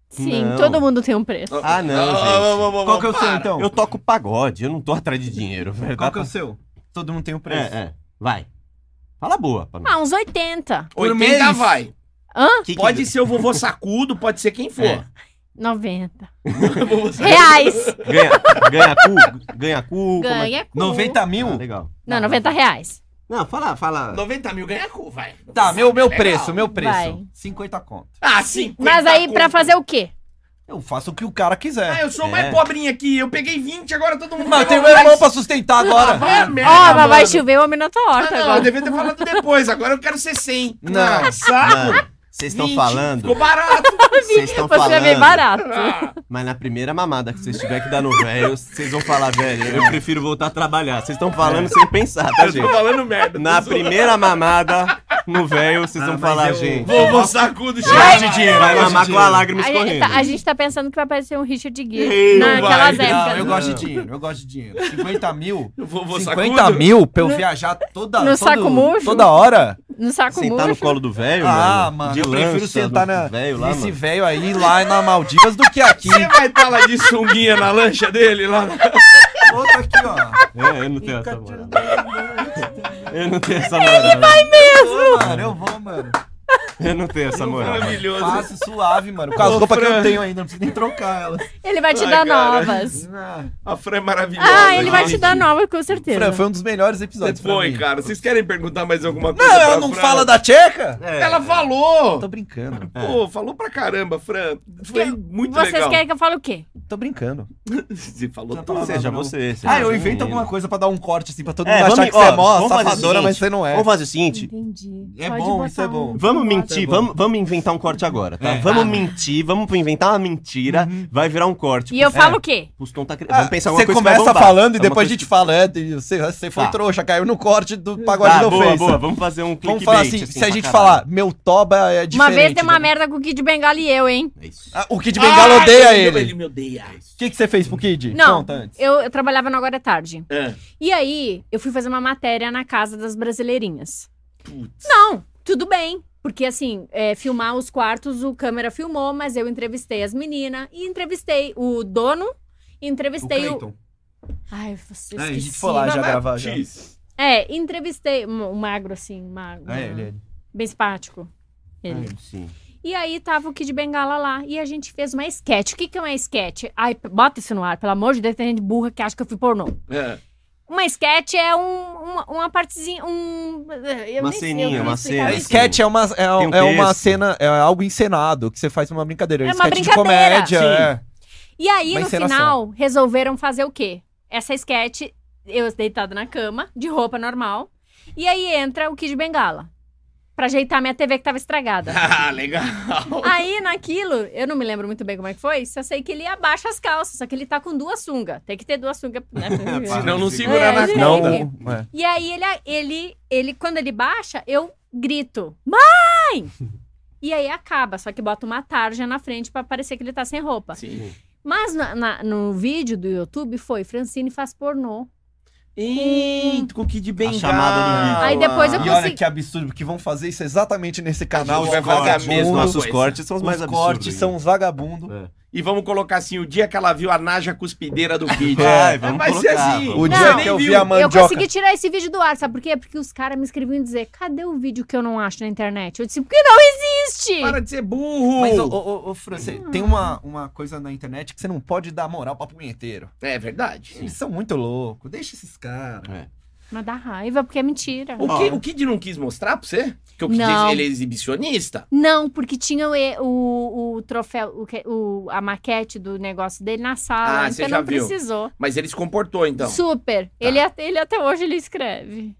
Sim, Não. todo mundo tem um preço. Ah, não, Ah, gente. ah, ah, ah, ah, Qual que é o seu, para. então? Eu toco pagode, eu não tô atrás de dinheiro, velho. Qual Dá que é o tá? pra- seu? Todo mundo tem o preço. É, é. Vai. Fala boa, pra mim. Ah, uns 80. Por 80 mês? vai. Que é? que- Pode ser o vovô sacudo, pode ser quem for. É. 90. Vovô sacudo. Reais. Ganha, ganha cu, ganha cu. como é- Ganha cu. 90 mil? Ah, legal. Não, 90 reais. Não, fala, fala. 90 mil ganha cu, vai. Tá, meu, meu é Legal. preço, meu preço. Vai. 50 conto. Ah, 50 Mas aí, conto. pra fazer o quê? Eu faço o que o cara Ah, quiser. eu sou É. mais pobrinha aqui. Eu peguei 20, agora todo mundo. Mas um- eu pegou tenho meu irmão mais. pra sustentar Ah, agora. vai a Ó, merda, mas mano. vai chover o homem na tua horta Ah, não, eu agora. devia ter falado depois. Agora eu quero ser 100. Não. Ah, saco. Mano, vocês estão 20, falando. Ficou barato. Vocês estão Você é bem falando. barato. Ah, Mas na primeira mamada que vocês tiver que dar no velho, vocês vão falar, velho, eu prefiro voltar a trabalhar. Vocês estão falando sem pensar, eu tá, tô gente? falando merda. Na tô zoando. primeira mamada, no velho, vocês Ah, vão mas falar, eu- gente. Vovô sacudo, Vai, chega. Didi, vai mamar com a lágrima A gente, escorrendo. tá, a gente tá pensando que vai aparecer um Richard Ei, Gere não naquelas Não, vai, eu épocas. né? gosto de dinheiro, eu gosto de dinheiro. 50 mil? O Vovô 50 sacudo. mil pra eu Eu viajar viajar toda... Né? No todo- saco murcho? toda hora? No saco Sentar no murcho. colo do velho, Ah, mano. mano, de eu prefiro lança sentar do na, velho lá, nesse mano. velho aí lá na Maldivas do que aqui. Você vai estar lá de sunguinha na lancha dele? Lá na- Outro aqui, ó. É, eu não tenho essa moral. Eu não tenho essa moral. Pô, mano, eu vou, mano. Eu não tenho essa moral. Maravilhoso. Fácil, suave, mano. Com as Ô, roupas que eu Fran. não tenho ainda. Não preciso Nem trocar elas. Ele vai te Ai, dar cara. novas. A Fran é maravilhosa. Ah, ele vai te gente. dar novas, com certeza. Fran, foi um dos melhores episódios. pra Foi, mim. cara. Vocês querem perguntar mais alguma coisa? Não, ela pra não Fran? fala da Tcheca? É, Ela falou! Tô brincando. É. Pô, falou pra caramba, Fran. Foi Que- muito Vocês legal. querem que eu fale o quê? Tô brincando. Você falou Você Então, tudo. falou- Seja Não. você. seja Ah, eu você, invento menino. alguma coisa pra dar um corte, assim, pra todo mundo É, achar vamos, que você é ó, mó vamos fazer o safadona, mas seguinte, você não é. Vamos fazer o seguinte. Entendi. É bom, isso é um- bom. Vamos mentir, bom. vamos, vamos inventar um corte agora, tá? É. Vamos Ah. mentir, vamos inventar uma mentira, vai virar um corte. E eu Pus- falo é, o quê? Puston tá cri- Uhum. Ah, Vamos pensar alguma Você coisa que vai começa bombar. falando e Alguma depois a coisa gente fala. é, Você, você foi Tá. trouxa, caiu no corte do que- pagode tá, do boa, ofensa. boa, vamos fazer um clickbait. Vamos falar assim, se a pra gente caralho. falar, meu toba é diferente. uma vez tem uma né? merda com o Kid Bengala e eu, hein? É isso. Ah, o Kid Bengala odeia Ah, ele. Ele me odeia. O que, que você fez pro Kid? Não, Conta antes. eu, eu trabalhava no Agora é Tarde. Ah, E aí, eu fui fazer uma matéria na Casa das Brasileirinhas. putz. Não, tudo bem. Porque, assim, é, filmar os quartos, o câmera filmou, mas eu entrevistei as meninas e entrevistei o dono e entrevistei o... Ai, você É, a gente esqueci. né? foi lá já Não, Ah, mas gravar, já. diz. É, entrevistei um um magro, assim, magro. É, ele, ele. Bem simpático. Ele. Sim. E aí tava o Kid Bengala lá. E a gente fez uma sketch. O que, que é uma sketch? Ai, p- bota isso no ar, pelo amor de Deus, tem gente burra que acha que eu fui pornô. Ah, Uma sketch é um, uma, uma partezinha, um... eu Uma nem sei, eu ceninha, não uma sei explicar cena. A assim. isso. sketch é uma, é, Tem um é uma texto. cena, é algo encenado, que você faz uma brincadeira. É um uma sketch de brincadeira. comédia. Sim. é. E aí, Uma no encenação. final, resolveram fazer o quê? Essa sketch, eu deitada na cama, de roupa normal. E aí entra o Kid Bengala. Pra ajeitar minha TV que tava estragada. Ah, legal. Aí, naquilo, eu não me lembro muito bem como é que foi, só sei que ele abaixa as calças, só que ele tá com duas sungas. Tem que ter duas sungas, né? Senão não segura É, na gente. conta. Não, Sim. não, é. e aí, ele, ele, ele, quando ele baixa, eu grito, mãe! E aí acaba, só que bota uma tarja na frente pra parecer que ele tá sem roupa. Sim. Mas na- na- no vídeo do YouTube foi, Francine faz pornô. Eita, com o Kid Bengala. chamada do vídeo. Hum. Aí depois eu E olha consigo- que absurdo, porque vão fazer isso exatamente nesse canal. Os Os cortes, Os Mesma vagabundos. nossos coisa. cortes são os, Os mais absurdos. cortes são os vagabundos. É. E vamos colocar assim, o dia que ela viu a Naja cuspideira do Kid. Vai, vamos Vai ser colocar, assim. vamos. É, Não, O dia nem que eu vi viu. a Eu mandioca. consegui tirar esse vídeo do ar, sabe por quê? Porque os caras me escreviam dizer, cadê o vídeo que eu não acho na internet? Eu disse, porque não existe! Para de ser burro. Mas, ô, ô, ô, ô, Fran, você tem uma, uma coisa na internet que você não pode dar moral pra punheteiro. É verdade. Eles são muito loucos, deixa esses caras. É, Mas dá raiva, porque é mentira. O, que, o Kid não quis mostrar pra você? Porque o Kid Não. ele é exibicionista. Não, porque tinha o, e- o, o troféu, o, que- o- a maquete do negócio dele na sala, Ah, você então já não viu. precisou. Mas ele se comportou, então. Super. Ele, at- ele até hoje ele escreve.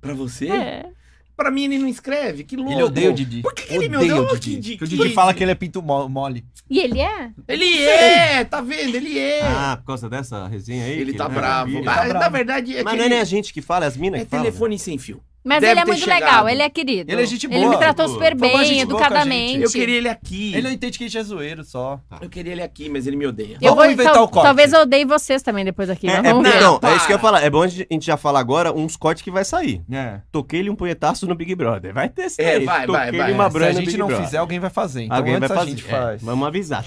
Pra você? É. Pra mim, ele não escreve. Que louco. Ele odeia o Didi. Por que, que ele me Odeia odeia? o Olha Didi. que Didi. Porque o Didi fala que ele é pinto mo- mole. E ele é? Ele é, tá vendo? Ele é. Ah, por causa dessa resenha aí? ele que tá é bravo. filho. Ah, tá bravo. Na verdade, é, Mas que não é ele- nem a gente que fala, é as minas é que falam. telefone sem fio. Mas Deve ele é ter muito chegado. legal, ele é querido. Ele é gente Ele boa, me tratou pô. super Foi uma bem, gente boa com a gente. educadamente. Eu queria ele aqui. Ele não entende que a gente é zoeiro só. Eu queria ele aqui, mas ele me odeia. Eu Vamos inventar tal- o corte. Talvez eu odeie vocês também depois aqui. É, mas é, vamos ver. não. então, é isso que eu ia para. falar. É bom a gente já falar agora uns cortes que vai sair. É. Toquei-lhe um punhetaço no Big Brother. Vai ter esse É, aí. vai, vai, Toquei-lhe vai. uma Se branca a no gente Big não Brother. fizer, alguém vai fazer. Então Alguém vai antes fazer. a gente É, faz. vamos avisar.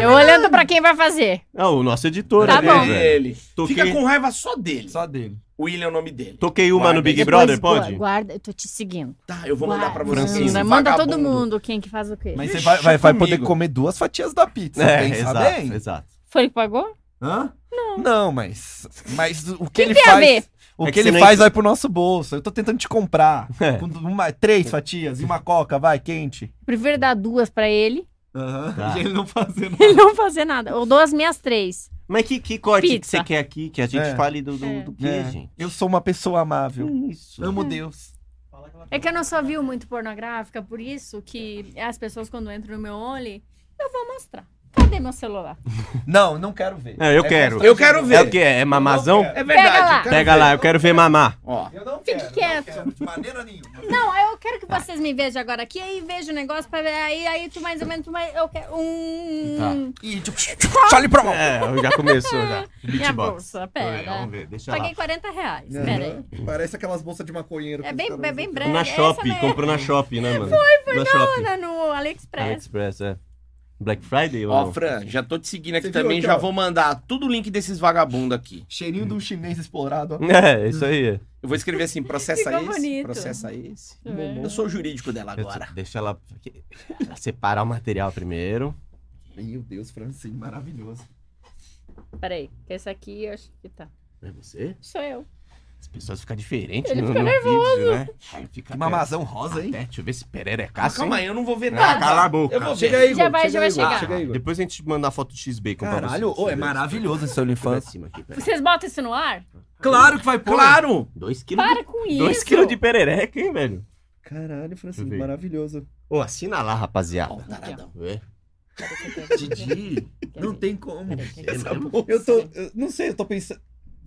Eu olhando pra quem vai fazer. Ah, o nosso editor. Tá ali, bom. velho. Ele. Toquei- Fica com raiva só dele. Só dele. William é o nome dele. Toquei uma Guarda no Big Depois, Brother, gu- pode? Guarda, eu tô te seguindo. Tá, eu vou mandar pra você. Guarda, Francine, esse Manda todo vagabundo. mundo quem que faz o quê. Mas Você Vixe, vai, vai, vai poder comigo. comer duas fatias da pizza. É, pensa exato, Tá bem. exato. Foi ele que pagou? Hã? Não, mas. Mas o que, ele tem a ver? faz. O É que, que você ele nem- faz vai pro nosso bolso. Eu tô tentando te comprar. É. Com uma, três fatias e uma coca, vai, quente. Prefiro dar duas pra ele Aham. Tá. E ele não fazendo. e não fazer nada. Ou duas minhas três. Mas que, que corte que Pizza. você quer aqui? Que a gente É. fale do, do, É. do que, É. gente? É Eu sou uma pessoa amável. Isso. Hum. Amo Deus. É que eu não só viu muito pornográfica, por isso que as pessoas quando entram no meu Only, eu vou mostrar. Cadê meu celular? Não, não quero ver. É, eu quero. questão Eu de- quero ver. É o que? É mamazão? É verdade. Pega lá. eu quero Pega ver. lá, eu quero ver mamar. Ó, Eu não Fique quieto. não quero, de maneira nenhuma. Não, eu quero que vocês me vejam agora aqui, aí vejo o negócio pra ver, aí, aí tu mais ou menos, tu mais, eu quero Tá. um... E tipo, fale pra mão. É, já começou já. Minha Beatbox. bolsa, Olha, pera. Vamos ver, deixa lá. Paguei 40 reais, pera aí. Parece aquelas bolsas de maconheiro. É bem, é bem breve. Na Essa Shop, não é- comprou na Shop, né, mano? Foi, foi na Shop. Não, no AliExpress. AliExpress, é. Black Friday ou ó, não? Fran, já tô te seguindo aqui Você viu também. aqui, já ó? vou mandar tudo o link desses vagabundos aqui. Cheirinho de um chinês explorado. ó. É, isso aí. Eu vou escrever assim: processa Ficou esse, bonito. processa esse. Deixa eu ver. Eu sou o jurídico dela Eu- agora. Deixa ela ela separar o material primeiro. Meu Deus, Francine, maravilhoso. Peraí, que esse aqui eu acho que tá. É você? Sou eu. As pessoas ficam diferentes Ele no, fica no vídeo, né? Aí fica Que mamazão rosa, até, hein? até, deixa eu ver se Ah, Tá, pererecaço, calma hein? aí, eu não vou ver Ah, nada. cala a boca. Eu vou ver. Chega aí, Já Igor, vai, já vai Igor. chegar. Chega aí, Igor. Ah, Depois a gente manda a foto do X-Bacon pra Caralho, vocês, ô, é entendeu? maravilhoso esse Pra OnlyFans. cima aqui, peraí. Vocês botam isso no ar? Claro que vai pôr. Claro! 2 quilos Para com de... isso. dois quilos de perereca, hein, velho? Caralho, Deixa eu Francine, ver. maravilhoso. Ô, assina lá, Ó, o rapaziada. taradão. Ué, Didi, não tem como. é Tá mesmo? Eu tô. eu não sei, eu tô pensando.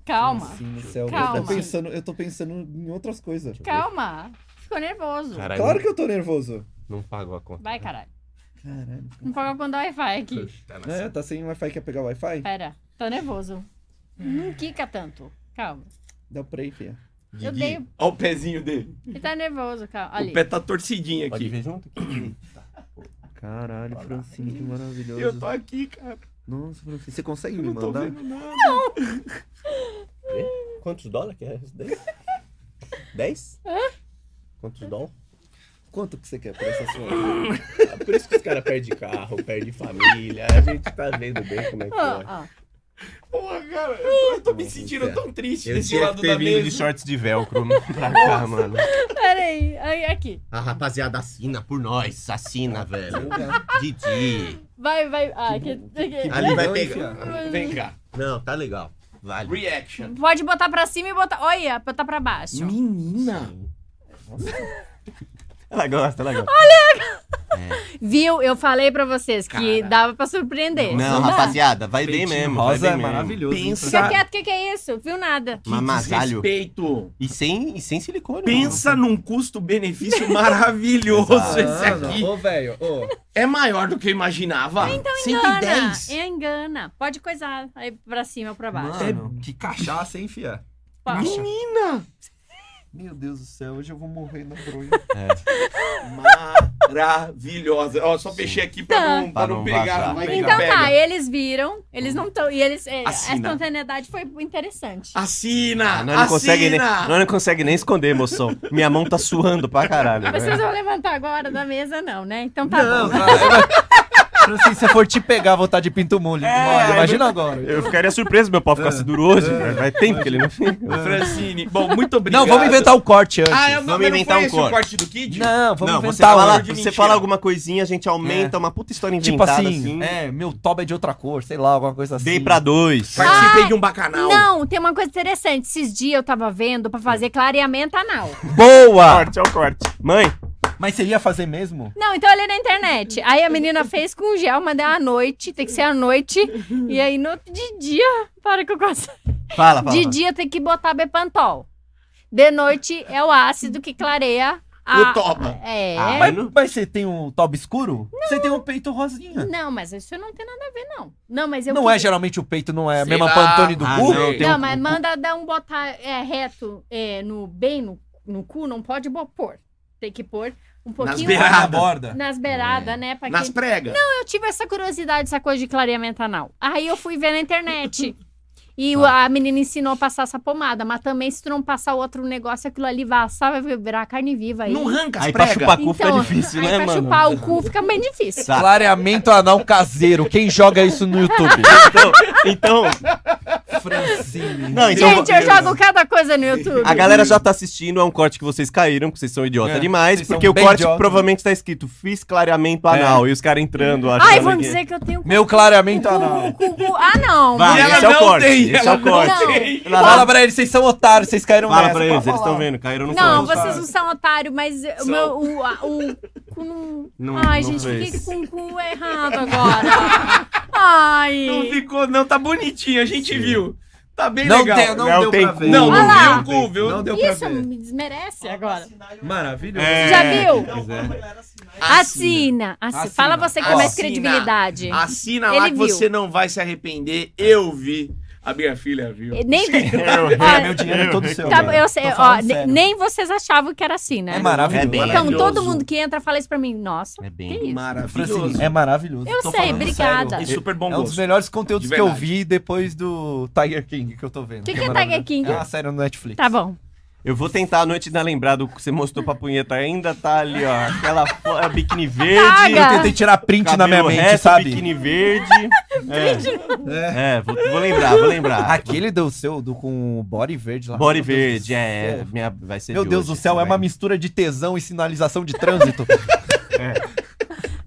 Calma, Sim, no céu. Eu Calma. tô pensando, eu tô pensando em outras coisas. calma. Ficou nervoso. Caralho, Claro que eu tô nervoso. não pagou a conta. Vai, caralho. Caralho. Não pode mandar Wi-Fi aqui. Tá na É, tá sem Wi-Fi, quer pegar Wi-Fi? Pera, tô nervoso. Não quica tanto. Calma. Dá pra ir, filha. Eu Didi, dei. Olha o pezinho dele. Ele tá nervoso, calma. Ali. O pé tá torcidinho Pode aqui. ver junto? aqui? Caralho, Francine, que maravilhoso. Eu tô aqui, cara. Nossa, Francine, você consegue Eu me não tô mandar? vendo nada. Quantos dólares que é isso daí? 10? Quantos dólares? Quanto que você quer pra essa sua? Ah, Por isso que os caras perdem carro, perdem família. A gente tá vendo bem como é que Ó, é. ó. Porra, cara, eu tô, eu tô me sentindo tão triste Eu desse tinha lado é. que da ter vindo de mesa. shorts de velcro pra cá, mano. Pera aí, aí, aqui. A rapaziada assina por nós. Assina, velho. Didi. Vai, vai. Ah, aqui, aqui. Ali vai Não, pegar. Vem cá. Não, tá legal. Vale. Reaction. Pode botar pra cima e botar. Olha, botar pra baixo. Menina. Ela gosta, ela gosta. Viu? Eu falei pra vocês que Cara. dava pra surpreender. Não, dá? rapaziada, vai bem Peitinho mesmo. vai Rosa bem é mesmo. maravilhoso. hein, Pensa- Francine? Fica quieto, o que, que é isso? Viu nada. Que Mamasalho. desrespeito. E sem, e sem silicone. Pensa num custo-benefício maravilhoso Exato. esse Mano, aqui. Ô, velho, ô. É maior do que eu imaginava. Então, Engana. 110. É engana. Pode coisar. Aí pra cima ou pra baixo. Mano, que cachaça, hein, fia? Pode. Menina. É, Meu Deus do céu, hoje eu vou morrer na bronha. É, Maravilhosa. Ó, só fechei aqui pra Tá. não, pra Pra não não pegar. vazar. Vai pegar, Então tá, pega. eles viram, eles não estão. E eles. é, a Assina. espontaneidade foi interessante. Assina. Ah, nós, não consegue nem, assina. nós não consegue nem esconder a emoção. Minha mão tá suando pra caralho. Mas velho. vocês vão levantar agora da mesa, não, né? Então tá né? bom. cara. Francine, polícia for te pegar, voltar de pinto mole. É. Mole, Imagina agora. Eu ficaria surpreso meu pau ficasse duro hoje. É. mas Vai tempo que ele não fica. Francine, bom, muito obrigado. Não, vamos inventar o corte antes. Ah, eu não, Vamos mas não inventar foi um esse corte. o corte do Kid? Não, vamos Não, você inventar um fala, o de você mentira. fala alguma coisinha, a gente aumenta uma puta história Tipo inventada assim, assim. é, meu toba é de outra cor, sei lá, alguma coisa assim. Dei pra dois. Participei de um bacanal. Ah, Não, tem uma coisa interessante. Esses dias eu tava vendo pra fazer clareamento anal. Boa! Corte, é o corte. Mãe, Mas você ia fazer mesmo? Não, então eu olhei na internet. Aí a menina fez com gel, mas deu à noite, tem que ser à noite. E aí no de dia, para que eu gosto. fala, fala. De dia tem que botar Bepantol. De noite é o ácido que clareia a. O toba. É. Ah, Mas, não- mas você tem um toba escuro? Você tem um peito rosinha. Não, mas isso não tem nada a ver, não. Não, mas eu. não é, queria- geralmente o peito não é a Sei mesma lá. pantone do Ah, cu? não, tem Não, um- mas manda dar um botar é, reto é, no bem no, no cu, não pode bo- pôr. Tem que pôr um pouquinho beiradas. Na borda. nas beiradas, né? Pra Nas quem- pregas. Eu tive essa curiosidade, essa coisa de clareamento anal. Aí eu fui ver na internet. E o- a menina ensinou a passar essa pomada, mas também se tu não passar outro negócio, aquilo ali vassar, vai virar carne viva aí. Então, Não arranca as Aí pra pregas. chupar cu fica difícil, aí né, pra mano? chupar o cu fica bem difícil. Tá. Clareamento anal caseiro. Quem joga isso no YouTube? Então, Francine. não, então. Gente, eu jogo cada coisa no YouTube. A galera já tá assistindo, é um corte que vocês caíram, porque vocês são idiota É, demais, vocês são porque o bem corte idiota. provavelmente tá escrito fiz clareamento É. anal, e os caras entrando, achando Ai, vão que- dizer que eu tenho cu. Meu clareamento cu, anal. cu, cu. Ah, não. Vai, E ela esse é o não corte, tem, esse é ela o corte. não Ela- Fala pra eles, vocês são otários, vocês caíram Fala nessa. pra eles, eles estão falar. vendo, caíram no Não, conto. vocês não são otários, mas o meu. O, a- o, cu não... Não- Ai, não gente, fez. fiquei com o cu errado agora. Ai. Não ficou, não, tá bonitinho, a gente viu. Tá bem Não legal. tem- Não, Não deu tem pra cu. ver. Não, Olha lá. não viu o cu, viu? Não deu pra Isso ver. me desmerece agora. Maravilhoso. É. Já viu? Pois é. Assina. Assi- Fala você que tem mais Assina. credibilidade. Assina Ele lá que viu. você não vai se arrepender. Eu vi. A minha filha viu. Nem. É, Olha, meu dinheiro é todo seu. tá, velho. eu sei, Tô ó, falando ne- sério. nem vocês achavam que era assim, né? É maravilhoso. É bem. então, todo maravilhoso. mundo que entra fala isso pra mim. Nossa, É que bem. isso? Maravilhoso. Francine, é maravilhoso. Eu Tô sei, falando obrigada. E sério. super bom É um dos gosto. melhores conteúdos De que eu verdade. vi depois do Tiger King que eu tô vendo. Que que é é Tiger maravilhoso. King? É uma série no Netflix. Tá bom. Eu vou tentar à noite dar lembrado que você mostrou pra punheta. Ainda tá ali, ó. Aquela fo- a biquíni verde. Caga. Eu tentei tirar print Cabelo na minha mente, reto, sabe? biquíni verde. é, é vou, vou lembrar, vou lembrar. Aquele do seu, do com o Tá. body verde lá. Body Meu Deus do verde, é. céu. Minha, vai ser Meu de Deus hoje, do céu, essa é uma vai. mistura de tesão e sinalização de trânsito.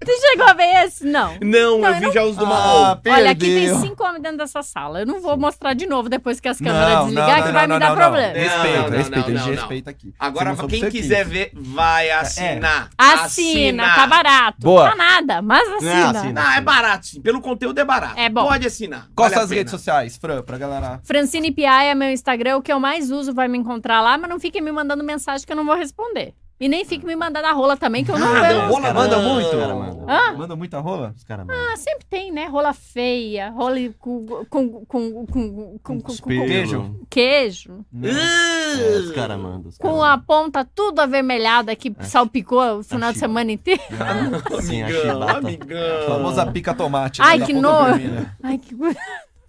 Tu chegou a ver esse? Não. Não, Não, eu eu vi não- já os do Ah, mal. Olha, aqui tem perdeu. cinco homens dentro dessa sala. Eu não vou mostrar de novo depois que as Não, câmeras não, desligar, não, que vai não, me não, dar não. problema. Não, não, Respeita, não, respeita, não, a não. gente respeita aqui. Agora, Você pra mostrou quem pra você quiser aqui. ver, É, vai assinar. é. Assina, tá barato. Boa. Tá nada, mas É, assina. assina. Não, é barato, sim. Pelo conteúdo é barato. É bom. Pode assinar. Quais vale são a as pena. redes sociais, Fran, pra galera? Francine Piaia é meu Instagram, o que eu mais uso vai me encontrar lá, mas não fiquem me mandando mensagem que eu não vou responder. E nem fiquem me mandando a rola também, que eu não Ah, vou. não. Rola, cara manda manda, muito? os cara manda. Hã? Manda muita rola? Os caras mandam. Ah, sempre tem, né? Rola feia, rola com, com, com, com, com, com, com- com Espelho. queijo, É, os caras mandam. os cara com a É. mandam. ponta tudo avermelhada que salpicou o final de Achei. semana inteiro. Sim, a Ah! amigão, chibata. amigão. A famosa pica tomate. Ai, né, da que ponta nojo. vermelha. Ai, que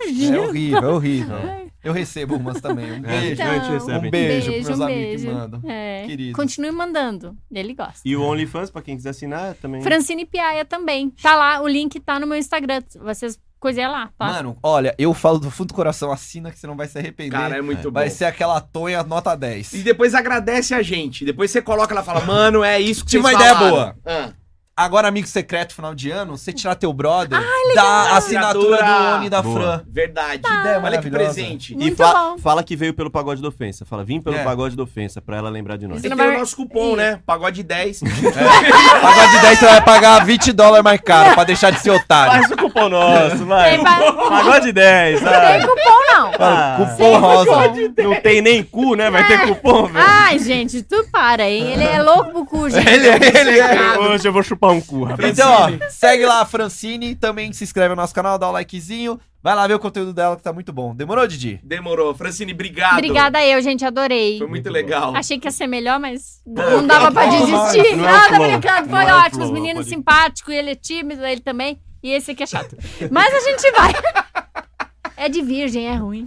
É horrível, é horrível. É. Eu recebo umas também. Um É, beijo. a gente Então, recebe. um beijo pros Beijo, meus um amigos que beijo. mandam. É. Queridos. Continue mandando. Ele gosta. E o OnlyFans, pra quem quiser assinar, também. Francine Piaia também. Tá lá, o link tá no meu Instagram. Vocês coisem lá, tá? Mano, olha, eu falo do fundo do coração, assina que você não vai se arrepender. Cara, é muito vai bom. ser aquela tonha nota 10. E depois agradece a gente. Depois você coloca ela e fala, mano, é isso que Tive vocês uma ideia falaram. boa. Ah, Agora, amigo secreto, final de ano, você tirar teu brother, dá a assinatura Assinatura. do Oni da Boa. Fran. verdade. Tá. ideia Olha que maravilhosa. presente. E Muito fa- bom. fala que veio pelo pagode da ofensa. Fala, vim pelo É. pagode da ofensa, pra ela lembrar de nós. Você E não tem vai- é o nosso cupom, Ih. né? Pagode 10. Agora de 10 você vai pagar 20 dólares mais caro pra deixar de ser otário. Faz o é um cupom nosso, vai. Tem pa- Pagode 10. Não tem um ah. cupom, Ah. não. Ah, Cupom rosa. Não tem nem cu, né? Vai ter cupom, velho. Ai, gente, tu para, hein? Ele é louco pro cu, gente. Ele, ele é. Hoje eu vou chupar um cu, rapaz. Então, ó, segue lá a Francine, também se inscreve no nosso canal, dá o likezinho, vai lá ver o conteúdo dela que tá muito bom. Demorou, Didi? Demorou. Francine, obrigado. Obrigada eu, gente, adorei. Foi muito, legal. Achei que ia ser melhor, mas não dava pra desistir. não é Nada, flor. brincando. Foi Não é ótimo. flor, Os meninos pode- simpáticos, ele é tímido, ele também. E esse aqui é chato. Mas a gente vai. É de virgem, é ruim.